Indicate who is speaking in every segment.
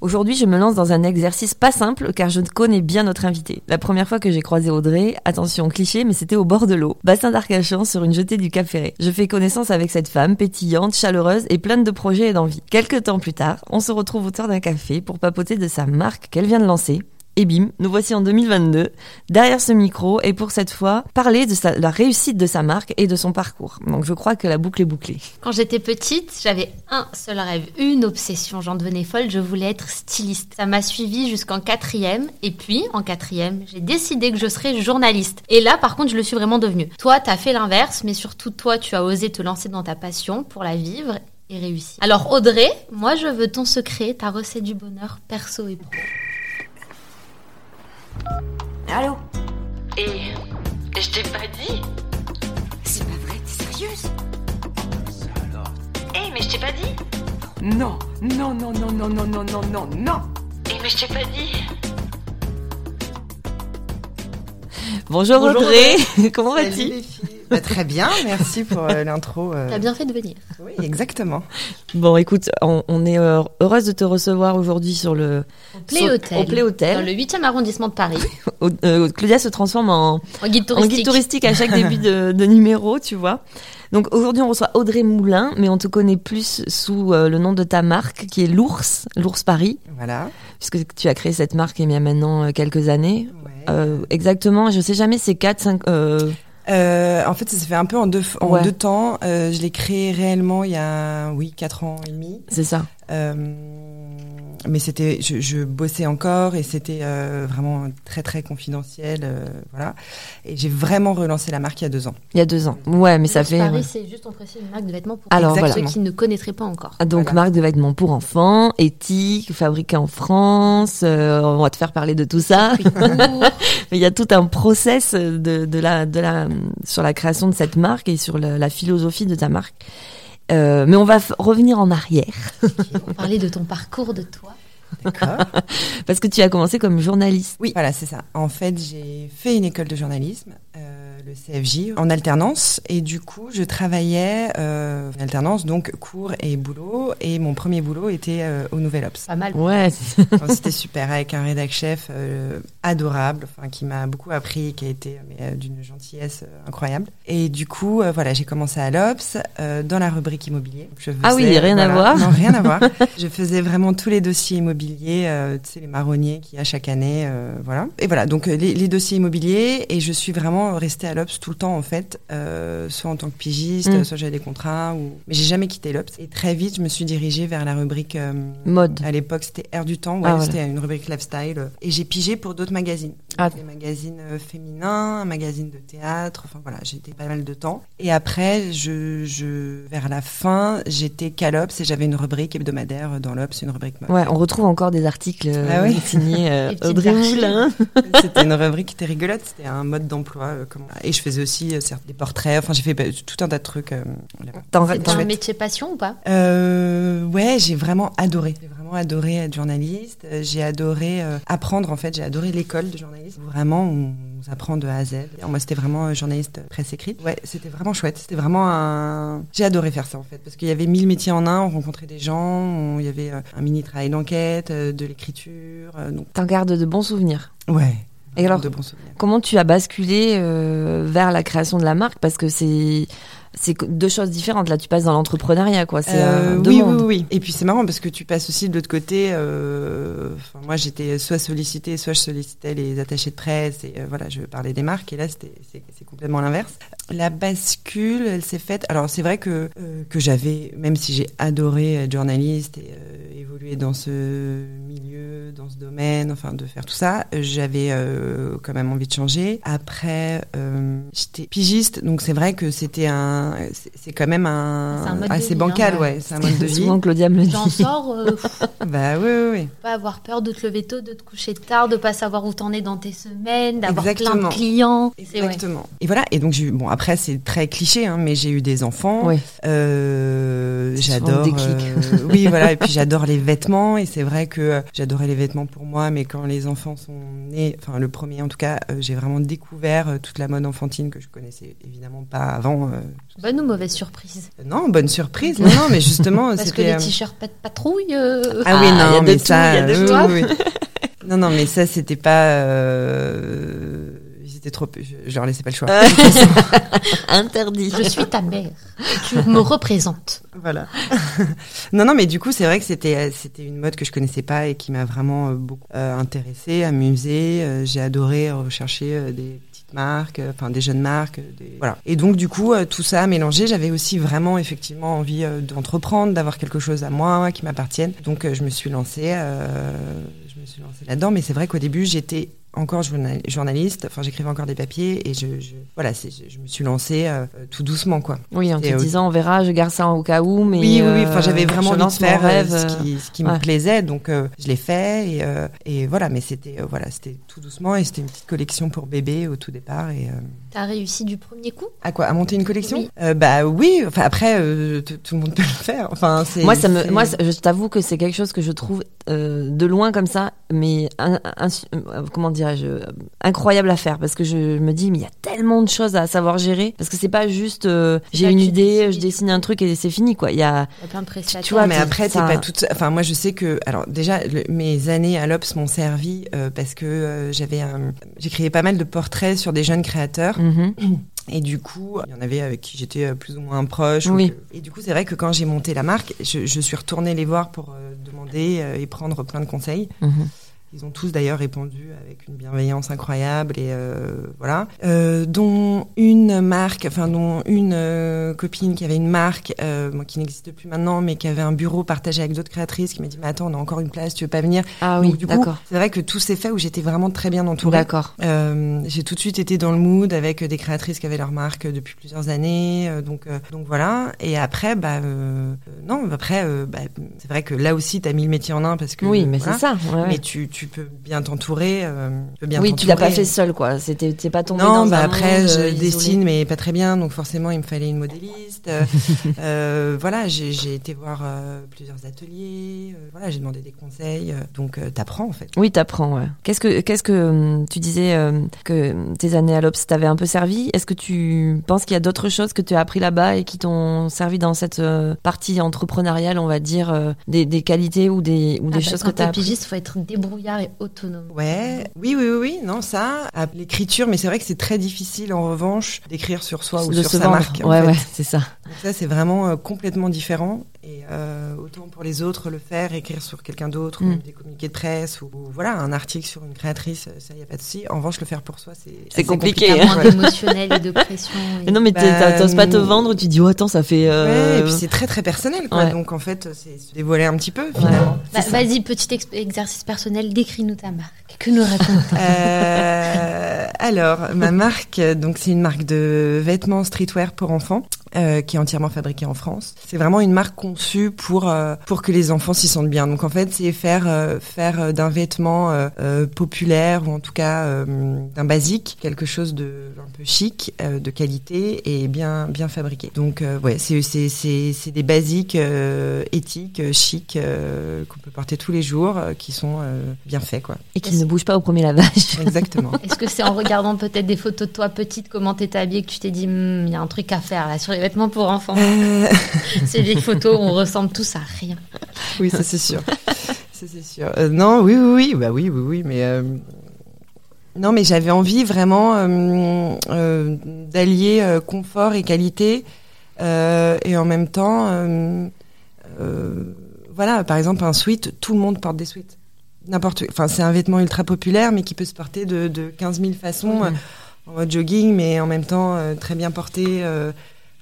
Speaker 1: Aujourd'hui, je me lance dans un exercice pas simple car je connais bien notre invité. La première fois que j'ai croisé Audrey, attention cliché, mais c'était au bord de l'eau, bassin d'Arcachon sur une jetée du Cap Ferré. Je fais connaissance avec cette femme pétillante, chaleureuse et pleine de projets et d'envie. Quelques temps plus tard, on se retrouve autour d'un café pour papoter de sa marque qu'elle vient de lancer, et bim, nous voici en 2022, derrière ce micro, et pour cette fois, parler de sa, la réussite de sa marque et de son parcours. Donc je crois que la boucle est bouclée.
Speaker 2: Quand j'étais petite, j'avais un seul rêve, une obsession. J'en devenais folle, je voulais être styliste. Ça m'a suivi jusqu'en quatrième, et puis en quatrième, j'ai décidé que je serais journaliste. Et là, par contre, je le suis vraiment devenue. Toi, t'as fait l'inverse, mais surtout toi, tu as osé te lancer dans ta passion pour la vivre et réussir. Alors Audrey, moi je veux ton secret, ta recette du bonheur perso et pro.
Speaker 3: Allô
Speaker 4: Et je t'ai pas dit
Speaker 3: C'est pas vrai, t'es sérieuse
Speaker 4: Ça alors Eh mais je t'ai pas dit
Speaker 3: Non, non, non, non, non, non, non, non, non, non
Speaker 4: Eh mais je t'ai pas dit
Speaker 1: Bonjour,
Speaker 5: Bonjour,
Speaker 1: Audrey, comment
Speaker 5: Salut
Speaker 1: vas-tu
Speaker 5: les filles. Bah, très bien, merci pour euh, l'intro. euh,
Speaker 2: T'as bien fait de venir.
Speaker 5: Oui, exactement.
Speaker 1: Bon écoute, on, on est euh, heureuse de te recevoir aujourd'hui sur le...
Speaker 2: Play
Speaker 1: sur-
Speaker 2: Hotel.
Speaker 1: Au Play
Speaker 2: Dans
Speaker 1: Hotel.
Speaker 2: le 8e arrondissement de Paris,
Speaker 1: Au- euh, Claudia se transforme en,
Speaker 2: en guide
Speaker 1: en
Speaker 2: touristique.
Speaker 1: guide touristique à chaque début de, de numéro, tu vois. Donc aujourd'hui, on reçoit Audrey Moulin, mais on te connaît plus sous euh, le nom de ta marque qui est l'Ours, l'Ours Paris,
Speaker 5: Voilà.
Speaker 1: puisque tu as créé cette marque il y a maintenant euh, quelques années.
Speaker 5: Ouais.
Speaker 1: Euh, exactement, je sais jamais, c'est 4, 5. Euh...
Speaker 5: Euh, en fait, ça s'est fait un peu en deux, f- en
Speaker 1: Ouais.
Speaker 5: deux temps. Euh, je l'ai créé réellement il y a, oui, quatre ans et demi.
Speaker 1: C'est ça.
Speaker 5: Euh, mais c'était, je, je bossais encore et c'était euh, vraiment très très confidentiel, euh, voilà. Et j'ai vraiment relancé la marque il y a deux ans.
Speaker 1: Il y a deux ans. Ouais, mais ça
Speaker 2: L'Ours
Speaker 1: fait.
Speaker 2: Paris,
Speaker 1: ouais.
Speaker 2: c'est juste on précise une marque de vêtements pour
Speaker 1: Alors,
Speaker 2: ceux
Speaker 5: voilà.
Speaker 2: qui ne connaîtraient pas encore.
Speaker 1: Ah, Donc,
Speaker 5: Voilà.
Speaker 1: marque de vêtements pour enfants, éthique, fabriquée en France, euh, on va te faire parler de tout ça. Mais il y a tout un process de, de la, de la, sur la création de cette marque et sur la, la philosophie de ta marque. Euh, mais on va f- revenir en arrière
Speaker 2: Pour parler de ton parcours, de toi.
Speaker 5: D'accord.
Speaker 1: parce que tu as commencé comme journaliste.
Speaker 5: Oui, voilà, c'est ça. En fait, j'ai fait une école de journalisme, euh, le CFJ, en alternance. Et du coup, je travaillais euh, en alternance, donc cours et boulot. Et mon premier boulot était euh, au Nouvel Obs.
Speaker 2: Pas mal.
Speaker 1: Ouais, c'est-
Speaker 5: Donc, C'était super, avec un rédac-chef euh, adorable, enfin, qui m'a beaucoup appris, qui a été euh, mais, euh, d'une gentillesse euh, incroyable. Et du coup, euh, voilà, j'ai commencé à l'Obs, euh, dans la rubrique immobilier. Je
Speaker 1: Ah oui,
Speaker 5: faisais,
Speaker 1: rien à
Speaker 5: voilà,
Speaker 1: voir.
Speaker 5: Non, rien à voir. Je faisais vraiment tous les dossiers immobiliers, euh, tu sais, les marronniers qu'il y a chaque année, euh, voilà. Et voilà, donc euh, les, les dossiers immobiliers, et je suis vraiment restée à l'Obs tout le temps, en fait, euh, soit en tant que pigiste,
Speaker 1: Mm.
Speaker 5: soit j'avais des contrats, ou... mais j'ai jamais quitté l'Obs. Et très vite, je me suis dirigée vers la rubrique... euh,
Speaker 1: mode.
Speaker 5: à l'époque, c'était Air du Temps, ouais,
Speaker 1: Ah, voilà.
Speaker 5: c'était une rubrique lifestyle. Et j'ai pigé pour d'autres magazines. Donc,
Speaker 1: Ah.
Speaker 5: Des magazines euh, féminins, un magazine de théâtre, enfin voilà, j'étais pas mal de temps. Et après, je, je, vers la fin, j'étais qu'à l'Obs et j'avais une rubrique hebdomadaire dans l'Obs, une rubrique mode.
Speaker 1: Ouais, on retrouve encore des articles
Speaker 5: Ah
Speaker 1: euh,
Speaker 5: oui.
Speaker 1: signés euh,
Speaker 2: Des petites
Speaker 1: Audrey
Speaker 2: archives.
Speaker 1: Moulin.
Speaker 5: c'était une rubrique qui était rigolote, c'était un mode d'emploi. euh, comme- Et je faisais aussi euh, certes, des portraits, enfin j'ai fait bah, tout un tas de trucs euh, là-bas.
Speaker 1: T'en-
Speaker 2: C'est
Speaker 1: t'en-
Speaker 2: un métier passion ou pas
Speaker 5: Euh, ouais, j'ai vraiment adoré. J'ai vraiment adoré être journaliste. Euh, J'ai adoré euh, apprendre, en fait. J'ai adoré l'école de journalisme. Vraiment, on nous apprend de A à Z. Et Moi, c'était vraiment euh, journaliste presse écrite. Ouais, c'était vraiment chouette. C'était vraiment un... J'ai adoré faire ça, en fait. Parce qu'il y avait mille métiers en un. On rencontrait des gens. on- Il y avait euh, un mini travail d'enquête, euh, de l'écriture. euh, donc,
Speaker 1: T'en gardes de bons souvenirs.
Speaker 5: ouais.
Speaker 1: Et alors,
Speaker 5: de bons souvenirs.
Speaker 1: Comment tu as basculé euh, vers la création de la marque Parce que c'est c'est que- deux choses différentes. Là, tu passes dans l'entrepreneuriat, quoi. C'est euh,
Speaker 5: Euh,
Speaker 1: deux
Speaker 5: oui, oui,
Speaker 1: mondes.
Speaker 5: oui. Et puis c'est marrant parce que tu passes aussi de l'autre côté. euh, Enfin, moi, j'étais soit sollicitée, soit je sollicitais les attachés de presse et euh, voilà, je parlais des marques. Et là, c'était c'est c'est complètement l'inverse. La bascule, elle s'est faite. Alors, c'est vrai que euh, que j'avais, même si j'ai adoré être journaliste et euh, évoluer dans ce milieu, dans ce domaine, enfin, de faire tout ça, euh, j'avais euh, quand même envie de changer. Après, euh, j'étais pigiste, donc c'est vrai que c'était un, c'est- c'est quand même un,
Speaker 2: C'est un mode de vie,
Speaker 5: assez
Speaker 2: hein,
Speaker 5: bancal,
Speaker 2: ouais.
Speaker 5: ouais. C'est un mode de vie.
Speaker 1: Souvent, Claudia me le dit.
Speaker 2: J'en sors, euh, faut
Speaker 5: bah oui, oui, oui.
Speaker 2: pas avoir peur de te lever tôt, de te coucher tard, de pas savoir où t'en es dans tes semaines, d'avoir plein de
Speaker 5: Exactement.
Speaker 2: clients. C'est vrai.
Speaker 5: Exactement. Et voilà. Et donc j'ai eu. Bon, après c'est très cliché, hein, mais j'ai eu des enfants.
Speaker 1: Oui.
Speaker 5: Euh,
Speaker 1: C'est souvent le
Speaker 5: j'adore.
Speaker 1: déclic.
Speaker 5: euh, oui, voilà. Et puis j'adore les vêtements. Et c'est vrai que euh, j'adorais les vêtements. complètement pour moi, mais quand les enfants sont nés, enfin le premier en tout cas, euh, j'ai vraiment découvert euh, toute la mode enfantine que je connaissais évidemment pas avant. euh,
Speaker 2: Bonne ou mauvaise surprise
Speaker 5: Non, bonne surprise. Non, non, mais justement,
Speaker 2: Parce que
Speaker 5: c'était.
Speaker 2: les
Speaker 5: euh,
Speaker 2: t-shirts pas de patrouille. euh,
Speaker 5: Ah oui,
Speaker 1: Ah, il y a
Speaker 5: non,
Speaker 1: de
Speaker 5: mais
Speaker 1: tout, il y a
Speaker 5: ça.
Speaker 1: de
Speaker 5: oui,
Speaker 1: tout.
Speaker 5: oui, oui. non, non, mais ça, c'était pas. euh, Ils étaient trop. Je, je leur laissais pas le choix.
Speaker 1: Interdit.
Speaker 2: Je suis ta mère. Tu me représentes.
Speaker 5: Voilà. non, non, mais du coup, c'est vrai que c'était euh, c'était une mode que je connaissais pas et qui m'a vraiment euh, beaucoup euh, intéressée, amusée. Euh, J'ai adoré rechercher euh, des petites marques, euh, enfin des jeunes marques, euh, des... voilà. Et donc, du coup, euh, tout ça mélangé, j'avais aussi vraiment effectivement envie euh, d'entreprendre, d'avoir quelque chose à moi qui m'appartienne. Donc, euh, je me suis lancée. euh, je me suis lancée là-dedans, mais c'est vrai qu'au début, j'étais encore journal- journaliste, enfin j'écrivais encore des papiers et je, je- voilà, c'est- je, je me suis lancée euh, tout doucement quoi.
Speaker 1: Oui, en
Speaker 5: Et
Speaker 1: te
Speaker 5: au-
Speaker 1: disant, on verra, je garde ça au cas où, mais.
Speaker 5: Oui, oui, oui.
Speaker 1: euh,
Speaker 5: Enfin, j'avais vraiment
Speaker 1: je
Speaker 5: envie de
Speaker 1: lance mon
Speaker 5: faire
Speaker 1: rêve.
Speaker 5: euh, ce
Speaker 1: euh,
Speaker 5: qui, ce qui
Speaker 1: ouais.
Speaker 5: me plaisait, donc euh, je l'ai fait et, euh, et voilà. Mais c'était euh, voilà, c'était tout doucement et c'était une petite collection pour bébé au tout départ. Et euh,
Speaker 2: T'as réussi du premier coup
Speaker 5: à quoi À monter une collection
Speaker 2: Oui.
Speaker 5: Euh, Bah oui. Enfin après, euh, tout tout le monde peut le faire. Enfin, c'est
Speaker 1: Moi, ça me,
Speaker 5: c'est-
Speaker 1: moi, ça- je t'avoue que c'est quelque chose que je trouve euh, de loin comme ça, mais in- insu- euh, comment dirais-je, euh, incroyable à faire, parce que je me dis, mais il y a tellement de choses à savoir gérer, parce que c'est pas juste, euh, j'ai
Speaker 2: pas
Speaker 1: une
Speaker 2: que tu
Speaker 1: idée, je
Speaker 2: décides.
Speaker 1: dessine un truc et c'est fini, quoi. Il y a,
Speaker 2: Il y a plein de prestataires.
Speaker 1: Tu vois,
Speaker 5: mais
Speaker 1: t'es-
Speaker 5: après, t'es
Speaker 1: ça-
Speaker 5: pas toute. Enfin, moi, je sais que. Alors, déjà, le- mes années à l'Obs m'ont servi euh, parce que euh, j'avais. un- J'écrivais pas mal de portraits sur des jeunes créateurs.
Speaker 1: Mhm.
Speaker 5: Et du coup, euh, il y en avait avec qui j'étais euh, plus ou moins proche. ou
Speaker 1: Oui.
Speaker 5: que- Et du coup, c'est vrai que quand j'ai monté la marque, je, je suis retournée les voir pour euh, demander euh, et prendre plein de conseils.
Speaker 1: Mhm.
Speaker 5: Ils ont tous d'ailleurs répondu avec une bienveillance incroyable et euh, voilà. Euh, dont une marque, enfin dont une euh, copine qui avait une marque, euh, moi, qui n'existe plus maintenant, mais qui avait un bureau partagé avec d'autres créatrices, qui m'a dit mais attends, on a encore une place, tu veux pas venir
Speaker 1: ah oui,
Speaker 5: Donc, du coup,
Speaker 1: d'accord,
Speaker 5: C'est vrai que tout s'est fait où j'étais vraiment très bien entourée.
Speaker 1: d'accord.
Speaker 5: Euh, j'ai tout de suite été dans le mood avec des créatrices qui avaient leur marque depuis plusieurs années, euh, donc euh, donc voilà. Et après, bah euh, euh, non, après, euh, bah, c'est vrai que là aussi, t'as mis le métier en un parce que
Speaker 1: Oui, mais
Speaker 5: Euh, voilà.
Speaker 1: c'est ça. ouais, ouais.
Speaker 5: Mais tu, tu peux bien t'entourer, euh, tu peux bien
Speaker 1: oui, tu l'as pas
Speaker 5: t'entourer.
Speaker 1: fait seul, quoi. C'était, t'es pas tombé
Speaker 5: Non,
Speaker 1: dans
Speaker 5: bah
Speaker 1: un
Speaker 5: après
Speaker 1: monde,
Speaker 5: je
Speaker 1: euh, isolé.
Speaker 5: dessine mais pas très bien, donc forcément il me fallait une modéliste. Euh, euh, voilà, j'ai j'ai été voir euh, plusieurs ateliers, euh, voilà, j'ai demandé des conseils, euh, donc euh, t'apprends en fait.
Speaker 1: Oui, t'apprends. Ouais. Qu'est-ce que qu'est-ce que hum, tu disais euh, que hum, tes années à l'Obs t'avaient un peu servi Est-ce que tu penses qu'il y a d'autres choses que tu as appris là-bas et qui t'ont servi dans cette euh, partie entrepreneuriale, on va dire, euh, des, des qualités ou des ou des
Speaker 2: Ah bah,
Speaker 1: choses
Speaker 2: quand
Speaker 1: que t'as
Speaker 2: t'es pigiste, faut être débrouillard et autonome.
Speaker 5: Ouais, oui, oui, oui, oui, non, ça, à l'écriture, mais c'est vrai que c'est très difficile en revanche d'écrire sur soi ou
Speaker 1: de
Speaker 5: sur
Speaker 1: se
Speaker 5: sa
Speaker 1: vendre
Speaker 5: marque. en
Speaker 1: Ouais,
Speaker 5: fait.
Speaker 1: ouais, c'est ça.
Speaker 5: Donc ça, c'est vraiment euh, complètement différent. Et euh, autant pour les autres, le faire, écrire sur quelqu'un d'autre,
Speaker 1: Mm.
Speaker 5: ou des communiqués de presse, ou, ou voilà, un article sur une créatrice, ça, y a pas de souci. En revanche, le faire pour soi, c'est
Speaker 1: C'est
Speaker 5: assez
Speaker 1: compliqué,
Speaker 2: T'as
Speaker 1: hein.
Speaker 5: ouais.
Speaker 2: moins d'émotionnel et de pression. et-
Speaker 1: Et non, mais t'es-
Speaker 5: Bah,
Speaker 1: t'as- t'oses pas te
Speaker 5: hum.
Speaker 1: vendre. Tu dis, oh attends, ça fait.
Speaker 5: Ouais,
Speaker 1: euh,
Speaker 5: et puis c'est très très personnel, quoi.
Speaker 1: ouais.
Speaker 5: Donc en fait, c'est se dévoiler un petit peu
Speaker 1: ouais.
Speaker 5: finalement.
Speaker 2: Bah, Vas-y, petit ex- exercice personnel, décris-nous ta marque. Que nous raconte
Speaker 5: Euh, alors, ma marque, euh, donc c'est une marque de vêtements streetwear pour enfants euh, qui est entièrement fabriquée en France. C'est vraiment une marque conçue pour euh, pour que les enfants s'y sentent bien. Donc en fait, c'est faire euh, faire euh, d'un vêtement euh, euh, populaire ou en tout cas euh, d'un basique quelque chose de un peu chic, euh, de qualité et bien bien fabriqué. Donc euh, ouais, c'est c'est c'est c'est des basiques euh, éthiques, euh, chic euh, qu'on peut porter tous les jours, euh, qui sont euh, bien faits quoi.
Speaker 1: Et qui ne bouge pas au premier lavage.
Speaker 5: Exactement.
Speaker 2: Est-ce que c'est en regardant peut-être des photos de toi petite, comment t'étais habillée, que tu t'es dit, Hmm, il y a un truc à faire là sur les vêtements pour enfants
Speaker 5: Euh,
Speaker 2: Ces vieilles photos, on ressemble tous à rien.
Speaker 5: oui, ça c'est sûr. ça c'est sûr. Euh, non, oui, oui, oui, bah oui, oui, oui, mais euh, non, mais j'avais envie vraiment euh, euh, d'allier euh, confort et qualité euh, et en même temps, euh, euh, voilà, par exemple un sweat, tout le monde porte des sweats. N'importe, enfin c'est un vêtement ultra populaire, mais qui peut se porter de, de 15 000 façons. euh, en mode jogging, mais en même temps euh, très bien porté, euh,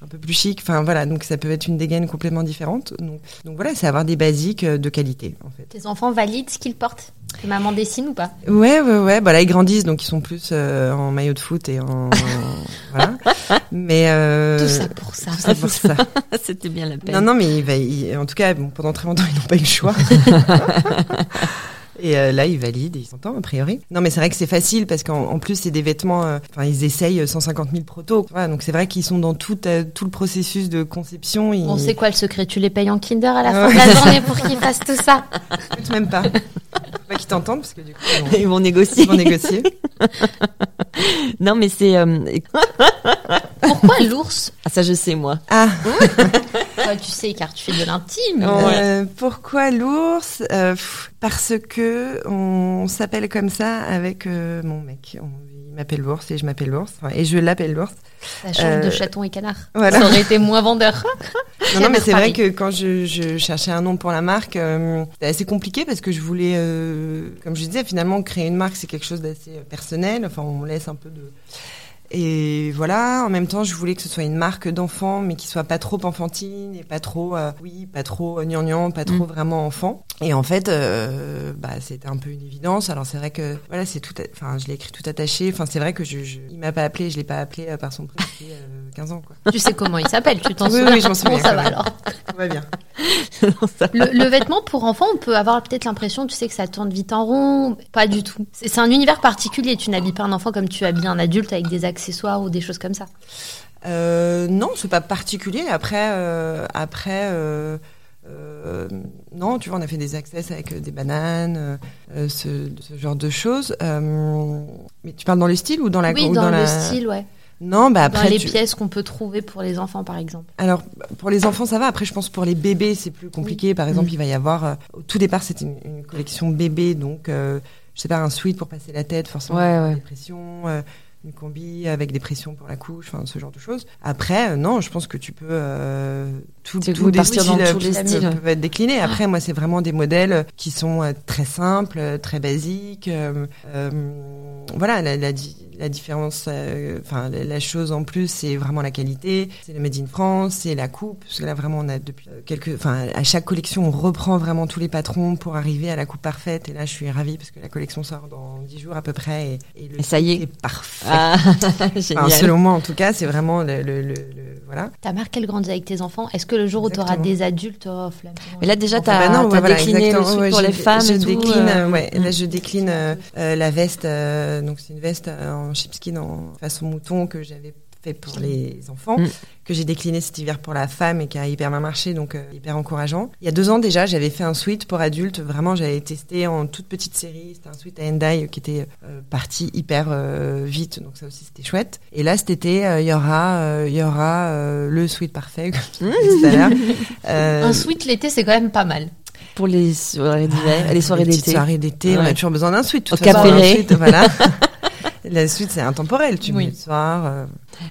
Speaker 5: un peu plus chic. Enfin voilà, donc ça peut être une dégaine complètement différente. Donc, donc voilà, c'est avoir des basiques euh, de qualité en fait.
Speaker 2: Tes enfants valident ce qu'ils portent Tes mamans dessinent ou pas
Speaker 5: Ouais, ouais, ouais. Bah là, ils grandissent, donc ils sont plus euh, en maillot de foot et en voilà. Mais euh,
Speaker 2: Tout ça pour ça.
Speaker 5: tout ça pour ça.
Speaker 1: Ah, C'était bien la peine.
Speaker 5: Non, non, mais il va, il- en tout cas, bon, pendant très longtemps, ils n'ont pas eu le choix. Et euh, là, ils valident, et ils s'entendent, a priori. Non, mais c'est vrai que c'est facile parce qu'en en plus, c'est des vêtements. euh, Enfin, ils essayent 150 000 protos. Voilà, donc c'est vrai qu'ils sont dans tout, euh, tout le processus de conception. Ils
Speaker 2: On sait quoi le secret Tu les payes en Kinder à la fin
Speaker 5: oh. Ouais.
Speaker 2: de la journée pour qu'ils fassent tout ça
Speaker 5: écoutent même pas. Faut pas qu'ils t'entendent parce que du coup,
Speaker 1: Ils vont négocier.
Speaker 5: ils vont négocier.
Speaker 1: Non, mais c'est. euh,
Speaker 2: Pourquoi l'ours
Speaker 1: Ah, ça, je sais, moi.
Speaker 5: Ah,
Speaker 2: Toi, Tu sais, car tu fais de l'intime.
Speaker 5: euh, pourquoi l'ours Euh, pff, Parce que on s'appelle comme ça avec euh, mon mec. On- il m'appelle l'ours et je m'appelle l'ours Enfin, et je l'appelle l'ours.
Speaker 2: Ça change de
Speaker 5: Euh,
Speaker 2: chaton et canard.
Speaker 5: voilà.
Speaker 2: Ça aurait été moins vendeur.
Speaker 5: Non, non, mais
Speaker 2: Canard
Speaker 5: c'est vrai
Speaker 2: Paris.
Speaker 5: que quand je, je cherchais un nom pour la marque, euh, c'était assez compliqué parce que je voulais, euh, comme je disais, finalement créer une marque, c'est quelque chose d'assez euh, personnel. Enfin, on laisse un peu de. Et voilà. En même temps, je voulais que ce soit une marque d'enfant, mais qui soit pas trop enfantine et pas trop, euh, oui, pas trop euh, gnangnan, pas trop vraiment enfant. Et en fait, euh, bah, c'était un peu une évidence. Alors c'est vrai que voilà, c'est tout. a- Enfin, je l'ai écrit tout attaché. Enfin, c'est vrai que je, je- il m'a pas appelé, je l'ai pas appelé euh, par son prénom depuis euh, 15 ans, quoi.
Speaker 2: Tu sais comment il s'appelle, tu t'en
Speaker 5: Oui,
Speaker 2: souviens.
Speaker 5: oui, je m'en souviens
Speaker 2: Bon, ça
Speaker 5: quand
Speaker 2: va
Speaker 5: même.
Speaker 2: alors.
Speaker 5: Tout va bien.
Speaker 2: Le, le vêtement pour enfants, on peut avoir peut-être l'impression, tu sais, que ça tourne vite en rond. Pas du tout. C'est c'est un univers particulier. Tu n'habilles pas un enfant comme tu habilles un adulte avec des accessoires ou des choses comme ça.
Speaker 5: Euh, non, c'est pas particulier. Après, euh, après, euh, euh, non, tu vois, on a fait des access avec euh, des bananes, euh, ce, ce genre de choses. Euh, mais tu parles dans le style ou dans la
Speaker 2: oui,
Speaker 5: ou
Speaker 2: dans, le
Speaker 5: la-
Speaker 2: style, ouais.
Speaker 5: Non, bah
Speaker 2: dans
Speaker 5: après.
Speaker 2: les
Speaker 5: tu-
Speaker 2: pièces qu'on peut trouver pour les enfants, par exemple.
Speaker 5: Alors pour les enfants, ça va. Après, je pense pour les bébés, c'est plus compliqué. Par
Speaker 1: Mm.
Speaker 5: exemple, il va y avoir. euh, au tout départ, c'était une, une collection bébé, donc euh, je sais pas un sweat pour passer la tête, forcément.
Speaker 1: Ouais, ouais.
Speaker 5: des pressions, euh, une combi avec des pressions pour la couche, enfin ce genre de choses. Après, euh, non, je pense que tu peux euh, tout,
Speaker 1: Tu
Speaker 5: tout
Speaker 1: peux
Speaker 5: des
Speaker 1: partir
Speaker 5: styles,
Speaker 1: dans
Speaker 5: euh,
Speaker 1: tous les
Speaker 5: peuvent-
Speaker 1: styles.
Speaker 5: peuvent être
Speaker 1: Ah.
Speaker 5: déclinés. Après, moi, c'est vraiment des modèles qui sont euh, très simples, euh, très basiques. euh, euh, voilà, la, la di- la différence, euh, enfin la, la chose en plus, c'est vraiment la qualité, c'est le made in France, c'est la coupe. Parce que là, vraiment, on a depuis euh, quelques, enfin à chaque collection, on reprend vraiment tous les patrons pour arriver à la coupe parfaite. Et là, je suis ravie parce que la collection sort dans 10 jours à peu près et, et le
Speaker 1: Et ça y est.
Speaker 5: est parfait.
Speaker 1: Ah,
Speaker 5: Enfin,
Speaker 1: génial.
Speaker 5: selon moi, en tout cas, c'est vraiment le, le- le- le- voilà.
Speaker 2: Ta marque, elle grandit avec tes enfants. Est-ce que le jour où tu auras
Speaker 5: Exactement.
Speaker 2: des adultes, oh, flamme.
Speaker 1: Mais là, déjà,
Speaker 5: Enfin,
Speaker 1: t'as
Speaker 5: bah non, ouais,
Speaker 1: t'as
Speaker 5: voilà,
Speaker 1: décliné le
Speaker 5: exactement,
Speaker 1: truc
Speaker 5: ouais,
Speaker 1: pour
Speaker 5: je-
Speaker 1: les femmes
Speaker 5: Je
Speaker 1: et tout,
Speaker 5: décline,
Speaker 1: euh,
Speaker 5: euh, ouais,
Speaker 1: mm.
Speaker 5: là, je décline euh, euh, la veste. euh, donc, c'est une veste euh, en sheepskin en façon mouton que j'avais fait pour les enfants,
Speaker 1: Mm.
Speaker 5: que j'ai décliné cet hiver pour la femme et qui a hyper bien marché, donc euh, hyper encourageant. Il y a deux ans déjà, j'avais fait un sweat pour adultes. Vraiment, j'avais testé en toute petite série. C'était un sweat à Endai euh, qui était euh, parti hyper euh, vite, donc ça aussi c'était chouette. Et là, cet été, euh, il y aura, euh, il y aura euh, le sweat parfait. comme je disais tout à l'heure. Euh,
Speaker 2: Un sweat l'été, c'est quand même pas mal.
Speaker 1: pour les soirées d'hiver, Ah, les soirées
Speaker 5: Ah, petites
Speaker 1: d'été.
Speaker 5: soirées d'été, on
Speaker 1: Ouais.
Speaker 5: a toujours besoin d'un suite.
Speaker 1: Au Capéré.
Speaker 5: voilà. La suite, c'est intemporel. Tu
Speaker 2: Oui.
Speaker 5: mets le soir. euh,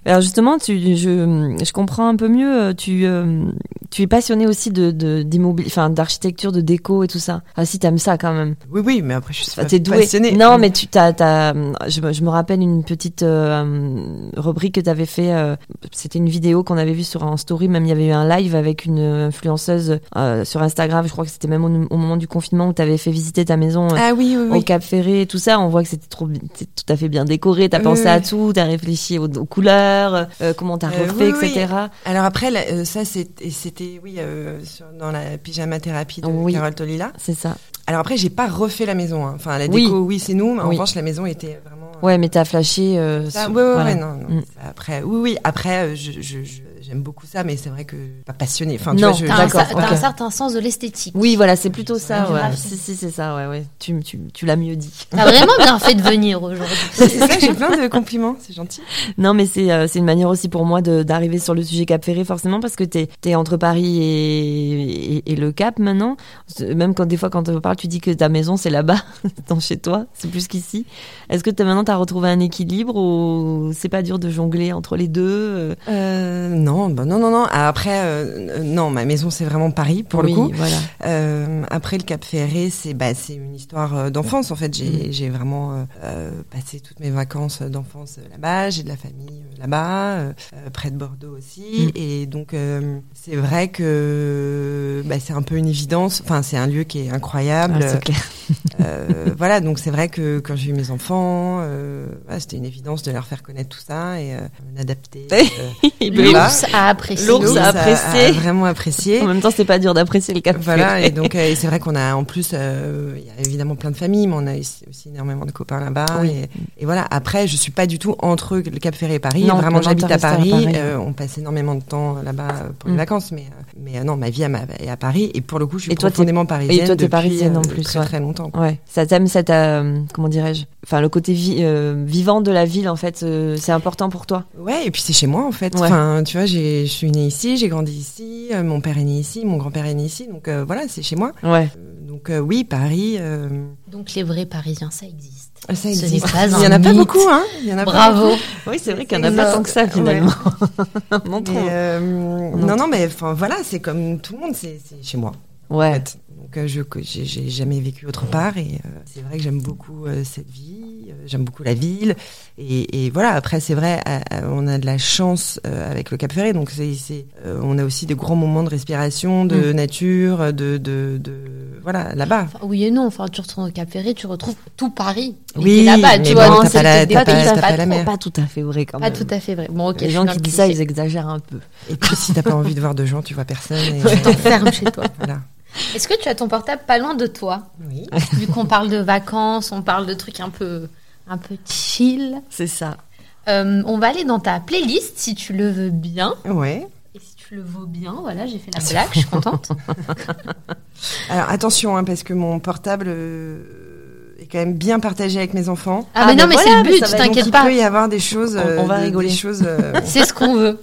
Speaker 1: Alors justement, tu, je, je comprends un peu mieux. euh, Tu, euh, tu es passionné aussi de, de d'immobilier, enfin d'architecture, de déco et tout ça. Ah si, t'aimes ça quand même.
Speaker 5: Oui, oui, mais après, je suis
Speaker 1: Enfin,
Speaker 5: pas
Speaker 1: Bah, t'es doué.
Speaker 5: passionnée.
Speaker 1: Non, mais tu t'as, t'as, je, me- je me rappelle une petite euh, rubrique que t'avais fait. euh, c'était une vidéo qu'on avait vue sur un story. Même il y avait eu un live avec une influenceuse euh, sur Instagram. Je crois que c'était même au, au moment du confinement où t'avais fait visiter ta maison. euh,
Speaker 5: Ah oui, oui,
Speaker 1: au
Speaker 5: oui.
Speaker 1: Cap Ferré et tout ça, on voit que c'était trop, c'était tout à fait bien décoré. T'as
Speaker 5: Oui,
Speaker 1: pensé
Speaker 5: oui.
Speaker 1: à tout, t'as réfléchi aux, aux couleurs, euh, comment t'as
Speaker 5: Euh,
Speaker 1: refait,
Speaker 5: oui, oui.
Speaker 1: etc.
Speaker 5: Alors après, là, euh, ça, c'est- et c'était, oui, euh, sur- dans la pyjama thérapie de
Speaker 1: Oui.
Speaker 5: Carole Tolila.
Speaker 1: C'est ça.
Speaker 5: Alors après, j'ai pas refait la maison. hein. Enfin, la
Speaker 1: Oui.
Speaker 5: déco, oui, c'est nous, mais en
Speaker 1: Oui.
Speaker 5: revanche, la maison était vraiment. euh,
Speaker 1: Ouais, mais t'as flashé. Euh,
Speaker 5: ça,
Speaker 1: sur-
Speaker 5: Bah, ouais, ouais,
Speaker 1: voilà.
Speaker 5: ouais, non, non.
Speaker 1: Mm.
Speaker 5: Après, oui, oui. Après, euh, je, je- je- j'aime beaucoup ça, mais c'est vrai que je suis pas passionnée. Enfin,
Speaker 1: Non,
Speaker 5: tu vois, je,
Speaker 2: T'as un,
Speaker 1: D'accord,
Speaker 2: cer- t'as un
Speaker 1: ok.
Speaker 2: certain sens de l'esthétique.
Speaker 1: Oui, voilà, c'est plutôt ça.
Speaker 2: du
Speaker 1: Ouais.
Speaker 2: graphisme.
Speaker 1: Si, si, c'est ça. Ouais, ouais. Tu, tu, tu l'as mieux dit.
Speaker 2: T'as vraiment bien fait de venir aujourd'hui.
Speaker 5: c'est ça, j'ai plein de compliments, c'est gentil.
Speaker 1: Non, mais c'est euh, c'est une manière aussi pour moi de- d'arriver sur le sujet Cap Ferré, forcément, parce que t'es es entre Paris et, et, et le Cap maintenant. C'est- Même quand des fois, quand on parle, tu dis que ta maison, c'est là-bas, dans chez toi, c'est plus qu'ici. Est-ce que t'as- maintenant, t'as retrouvé un équilibre ou c'est pas dur de jongler entre les deux euh,
Speaker 5: Euh, non, bah non, non, non. Ah, Après, euh, euh, non, ma maison c'est vraiment Paris pour
Speaker 1: oui,
Speaker 5: le coup.
Speaker 1: voilà.
Speaker 5: Euh, après le Cap Ferré, c'est bah, c'est une histoire euh, d'enfance en fait.
Speaker 1: Mm.
Speaker 5: J'ai j'ai vraiment euh, euh, passé toutes mes vacances d'enfance euh, là-bas. J'ai de la famille euh, là-bas, euh, euh, près de Bordeaux
Speaker 1: Mm.
Speaker 5: aussi. Et donc euh, c'est vrai que bah, c'est un peu une évidence. Enfin, c'est un lieu qui est incroyable.
Speaker 1: Ah, c'est clair.
Speaker 5: Euh, voilà, donc c'est vrai que quand j'ai eu mes enfants, euh, voilà, c'était une évidence de leur faire connaître tout ça et euh, d'adapter. euh, Voilà.
Speaker 2: L'ours a apprécié.
Speaker 1: L'ours a apprécié.
Speaker 5: a vraiment apprécié.
Speaker 1: En même temps, c'est pas dur d'apprécier le Cap
Speaker 5: Voilà,
Speaker 1: Ferré.
Speaker 5: et donc euh, et c'est vrai qu'on a en plus, euh, il y a évidemment plein de familles, mais on a aussi, aussi énormément de copains là-bas.
Speaker 1: Oui.
Speaker 5: Et, et voilà, après, je suis pas du tout entre le Cap Ferré et Paris.
Speaker 1: Non,
Speaker 5: vraiment,
Speaker 1: non,
Speaker 5: j'habite
Speaker 1: t'as
Speaker 5: à
Speaker 1: resté à
Speaker 5: Paris.
Speaker 1: Paris.
Speaker 5: euh, on passe énormément de temps là-bas euh, pour
Speaker 1: Mm.
Speaker 5: les vacances, mais, euh, mais euh, non, ma vie elle m'a- est à Paris. Et pour le coup, je suis
Speaker 1: Et toi, t'es-
Speaker 5: profondément parisienne.
Speaker 1: et toi, t'es
Speaker 5: depuis,
Speaker 1: parisienne en
Speaker 5: euh,
Speaker 1: plus,
Speaker 5: Très,
Speaker 1: ouais.
Speaker 5: très longtemps. quoi.
Speaker 1: Ouais, ça t'aime cette euh, comment dirais-je Enfin, le côté vi- euh, vivant de la ville, en fait, euh, c'est important pour toi.
Speaker 5: Ouais, et puis c'est chez moi en fait.
Speaker 1: Ouais.
Speaker 5: Enfin, tu vois, j'ai- je suis née ici, j'ai grandi ici, euh, mon père est né ici, mon grand-père est né ici, donc euh, voilà, c'est chez moi.
Speaker 1: Ouais.
Speaker 5: Euh, Donc euh, oui, Paris, euh,
Speaker 2: Donc les vrais Parisiens, ça existe.
Speaker 5: Ah, ça
Speaker 2: Ce
Speaker 5: existe.
Speaker 2: n'est pas
Speaker 5: Il
Speaker 2: un
Speaker 5: y en a pas
Speaker 2: mythe.
Speaker 5: beaucoup, hein. Il y en a pas
Speaker 2: Bravo.
Speaker 1: Oui, c'est vrai
Speaker 5: C'est
Speaker 1: qu'il n'y en a pas
Speaker 5: ça.
Speaker 1: tant que ça finalement. Montrons.
Speaker 5: Mais, euh, non,
Speaker 1: trouve.
Speaker 5: non, mais enfin voilà, c'est comme tout le monde, c'est c'est chez moi. En
Speaker 1: Ouais.
Speaker 5: fait. Donc euh, je que j'ai- j'ai jamais vécu autre part et euh, c'est vrai que j'aime beaucoup euh, cette vie, euh, j'aime beaucoup la ville et, et voilà. Après c'est vrai, euh, euh, on a de la chance euh, avec le Cap Ferré, donc c'est c'est, euh, on a aussi de grands moments de respiration,
Speaker 2: Mm.
Speaker 5: de nature, de de, de voilà là-bas.
Speaker 2: Enfin, oui et non, enfin tu retournes au Cap Ferré, tu retrouves tout Paris. Mais
Speaker 5: Oui,
Speaker 2: t'es là-bas,
Speaker 5: mais
Speaker 2: tu
Speaker 5: bon,
Speaker 2: vois,
Speaker 5: t'as
Speaker 2: hein,
Speaker 5: pas
Speaker 2: c'est le
Speaker 5: la- t'as
Speaker 2: début,
Speaker 5: pas-
Speaker 2: c'est
Speaker 5: t'as
Speaker 2: pas
Speaker 5: pas la
Speaker 2: trop-
Speaker 5: mer.
Speaker 1: Pas tout à fait vrai quand
Speaker 2: Pas
Speaker 1: même.
Speaker 2: tout à fait vrai. Bon, ok.
Speaker 1: Les gens qui disent ça, ils exagèrent un peu.
Speaker 5: Et puis si t'as pas envie de voir de gens, tu vois personne. Et, euh,
Speaker 2: ferment chez toi.
Speaker 5: voilà.
Speaker 2: Est-ce que tu as ton portable pas loin de toi
Speaker 5: Oui.
Speaker 2: Vu qu'on parle de vacances, on parle de trucs un peu, un peu chill.
Speaker 1: C'est ça.
Speaker 2: Euh, on va aller dans ta playlist si tu le veux bien.
Speaker 5: Ouais.
Speaker 2: Et si tu le vaux bien, voilà, j'ai fait
Speaker 5: Ah,
Speaker 2: la blague, je suis contente.
Speaker 5: Alors attention hein, parce que mon portable euh, est quand même bien partagé avec mes enfants.
Speaker 2: Ah, mais non, mais
Speaker 1: voilà,
Speaker 2: c'est le
Speaker 1: mais ça
Speaker 2: but,
Speaker 1: va être
Speaker 5: Donc,
Speaker 2: t'inquiète
Speaker 5: il
Speaker 2: pas.
Speaker 5: peut y avoir des choses.
Speaker 1: On-
Speaker 5: euh,
Speaker 1: on va
Speaker 5: des-
Speaker 1: rigoler.
Speaker 5: Des choses. euh,
Speaker 2: C'est ce qu'on veut.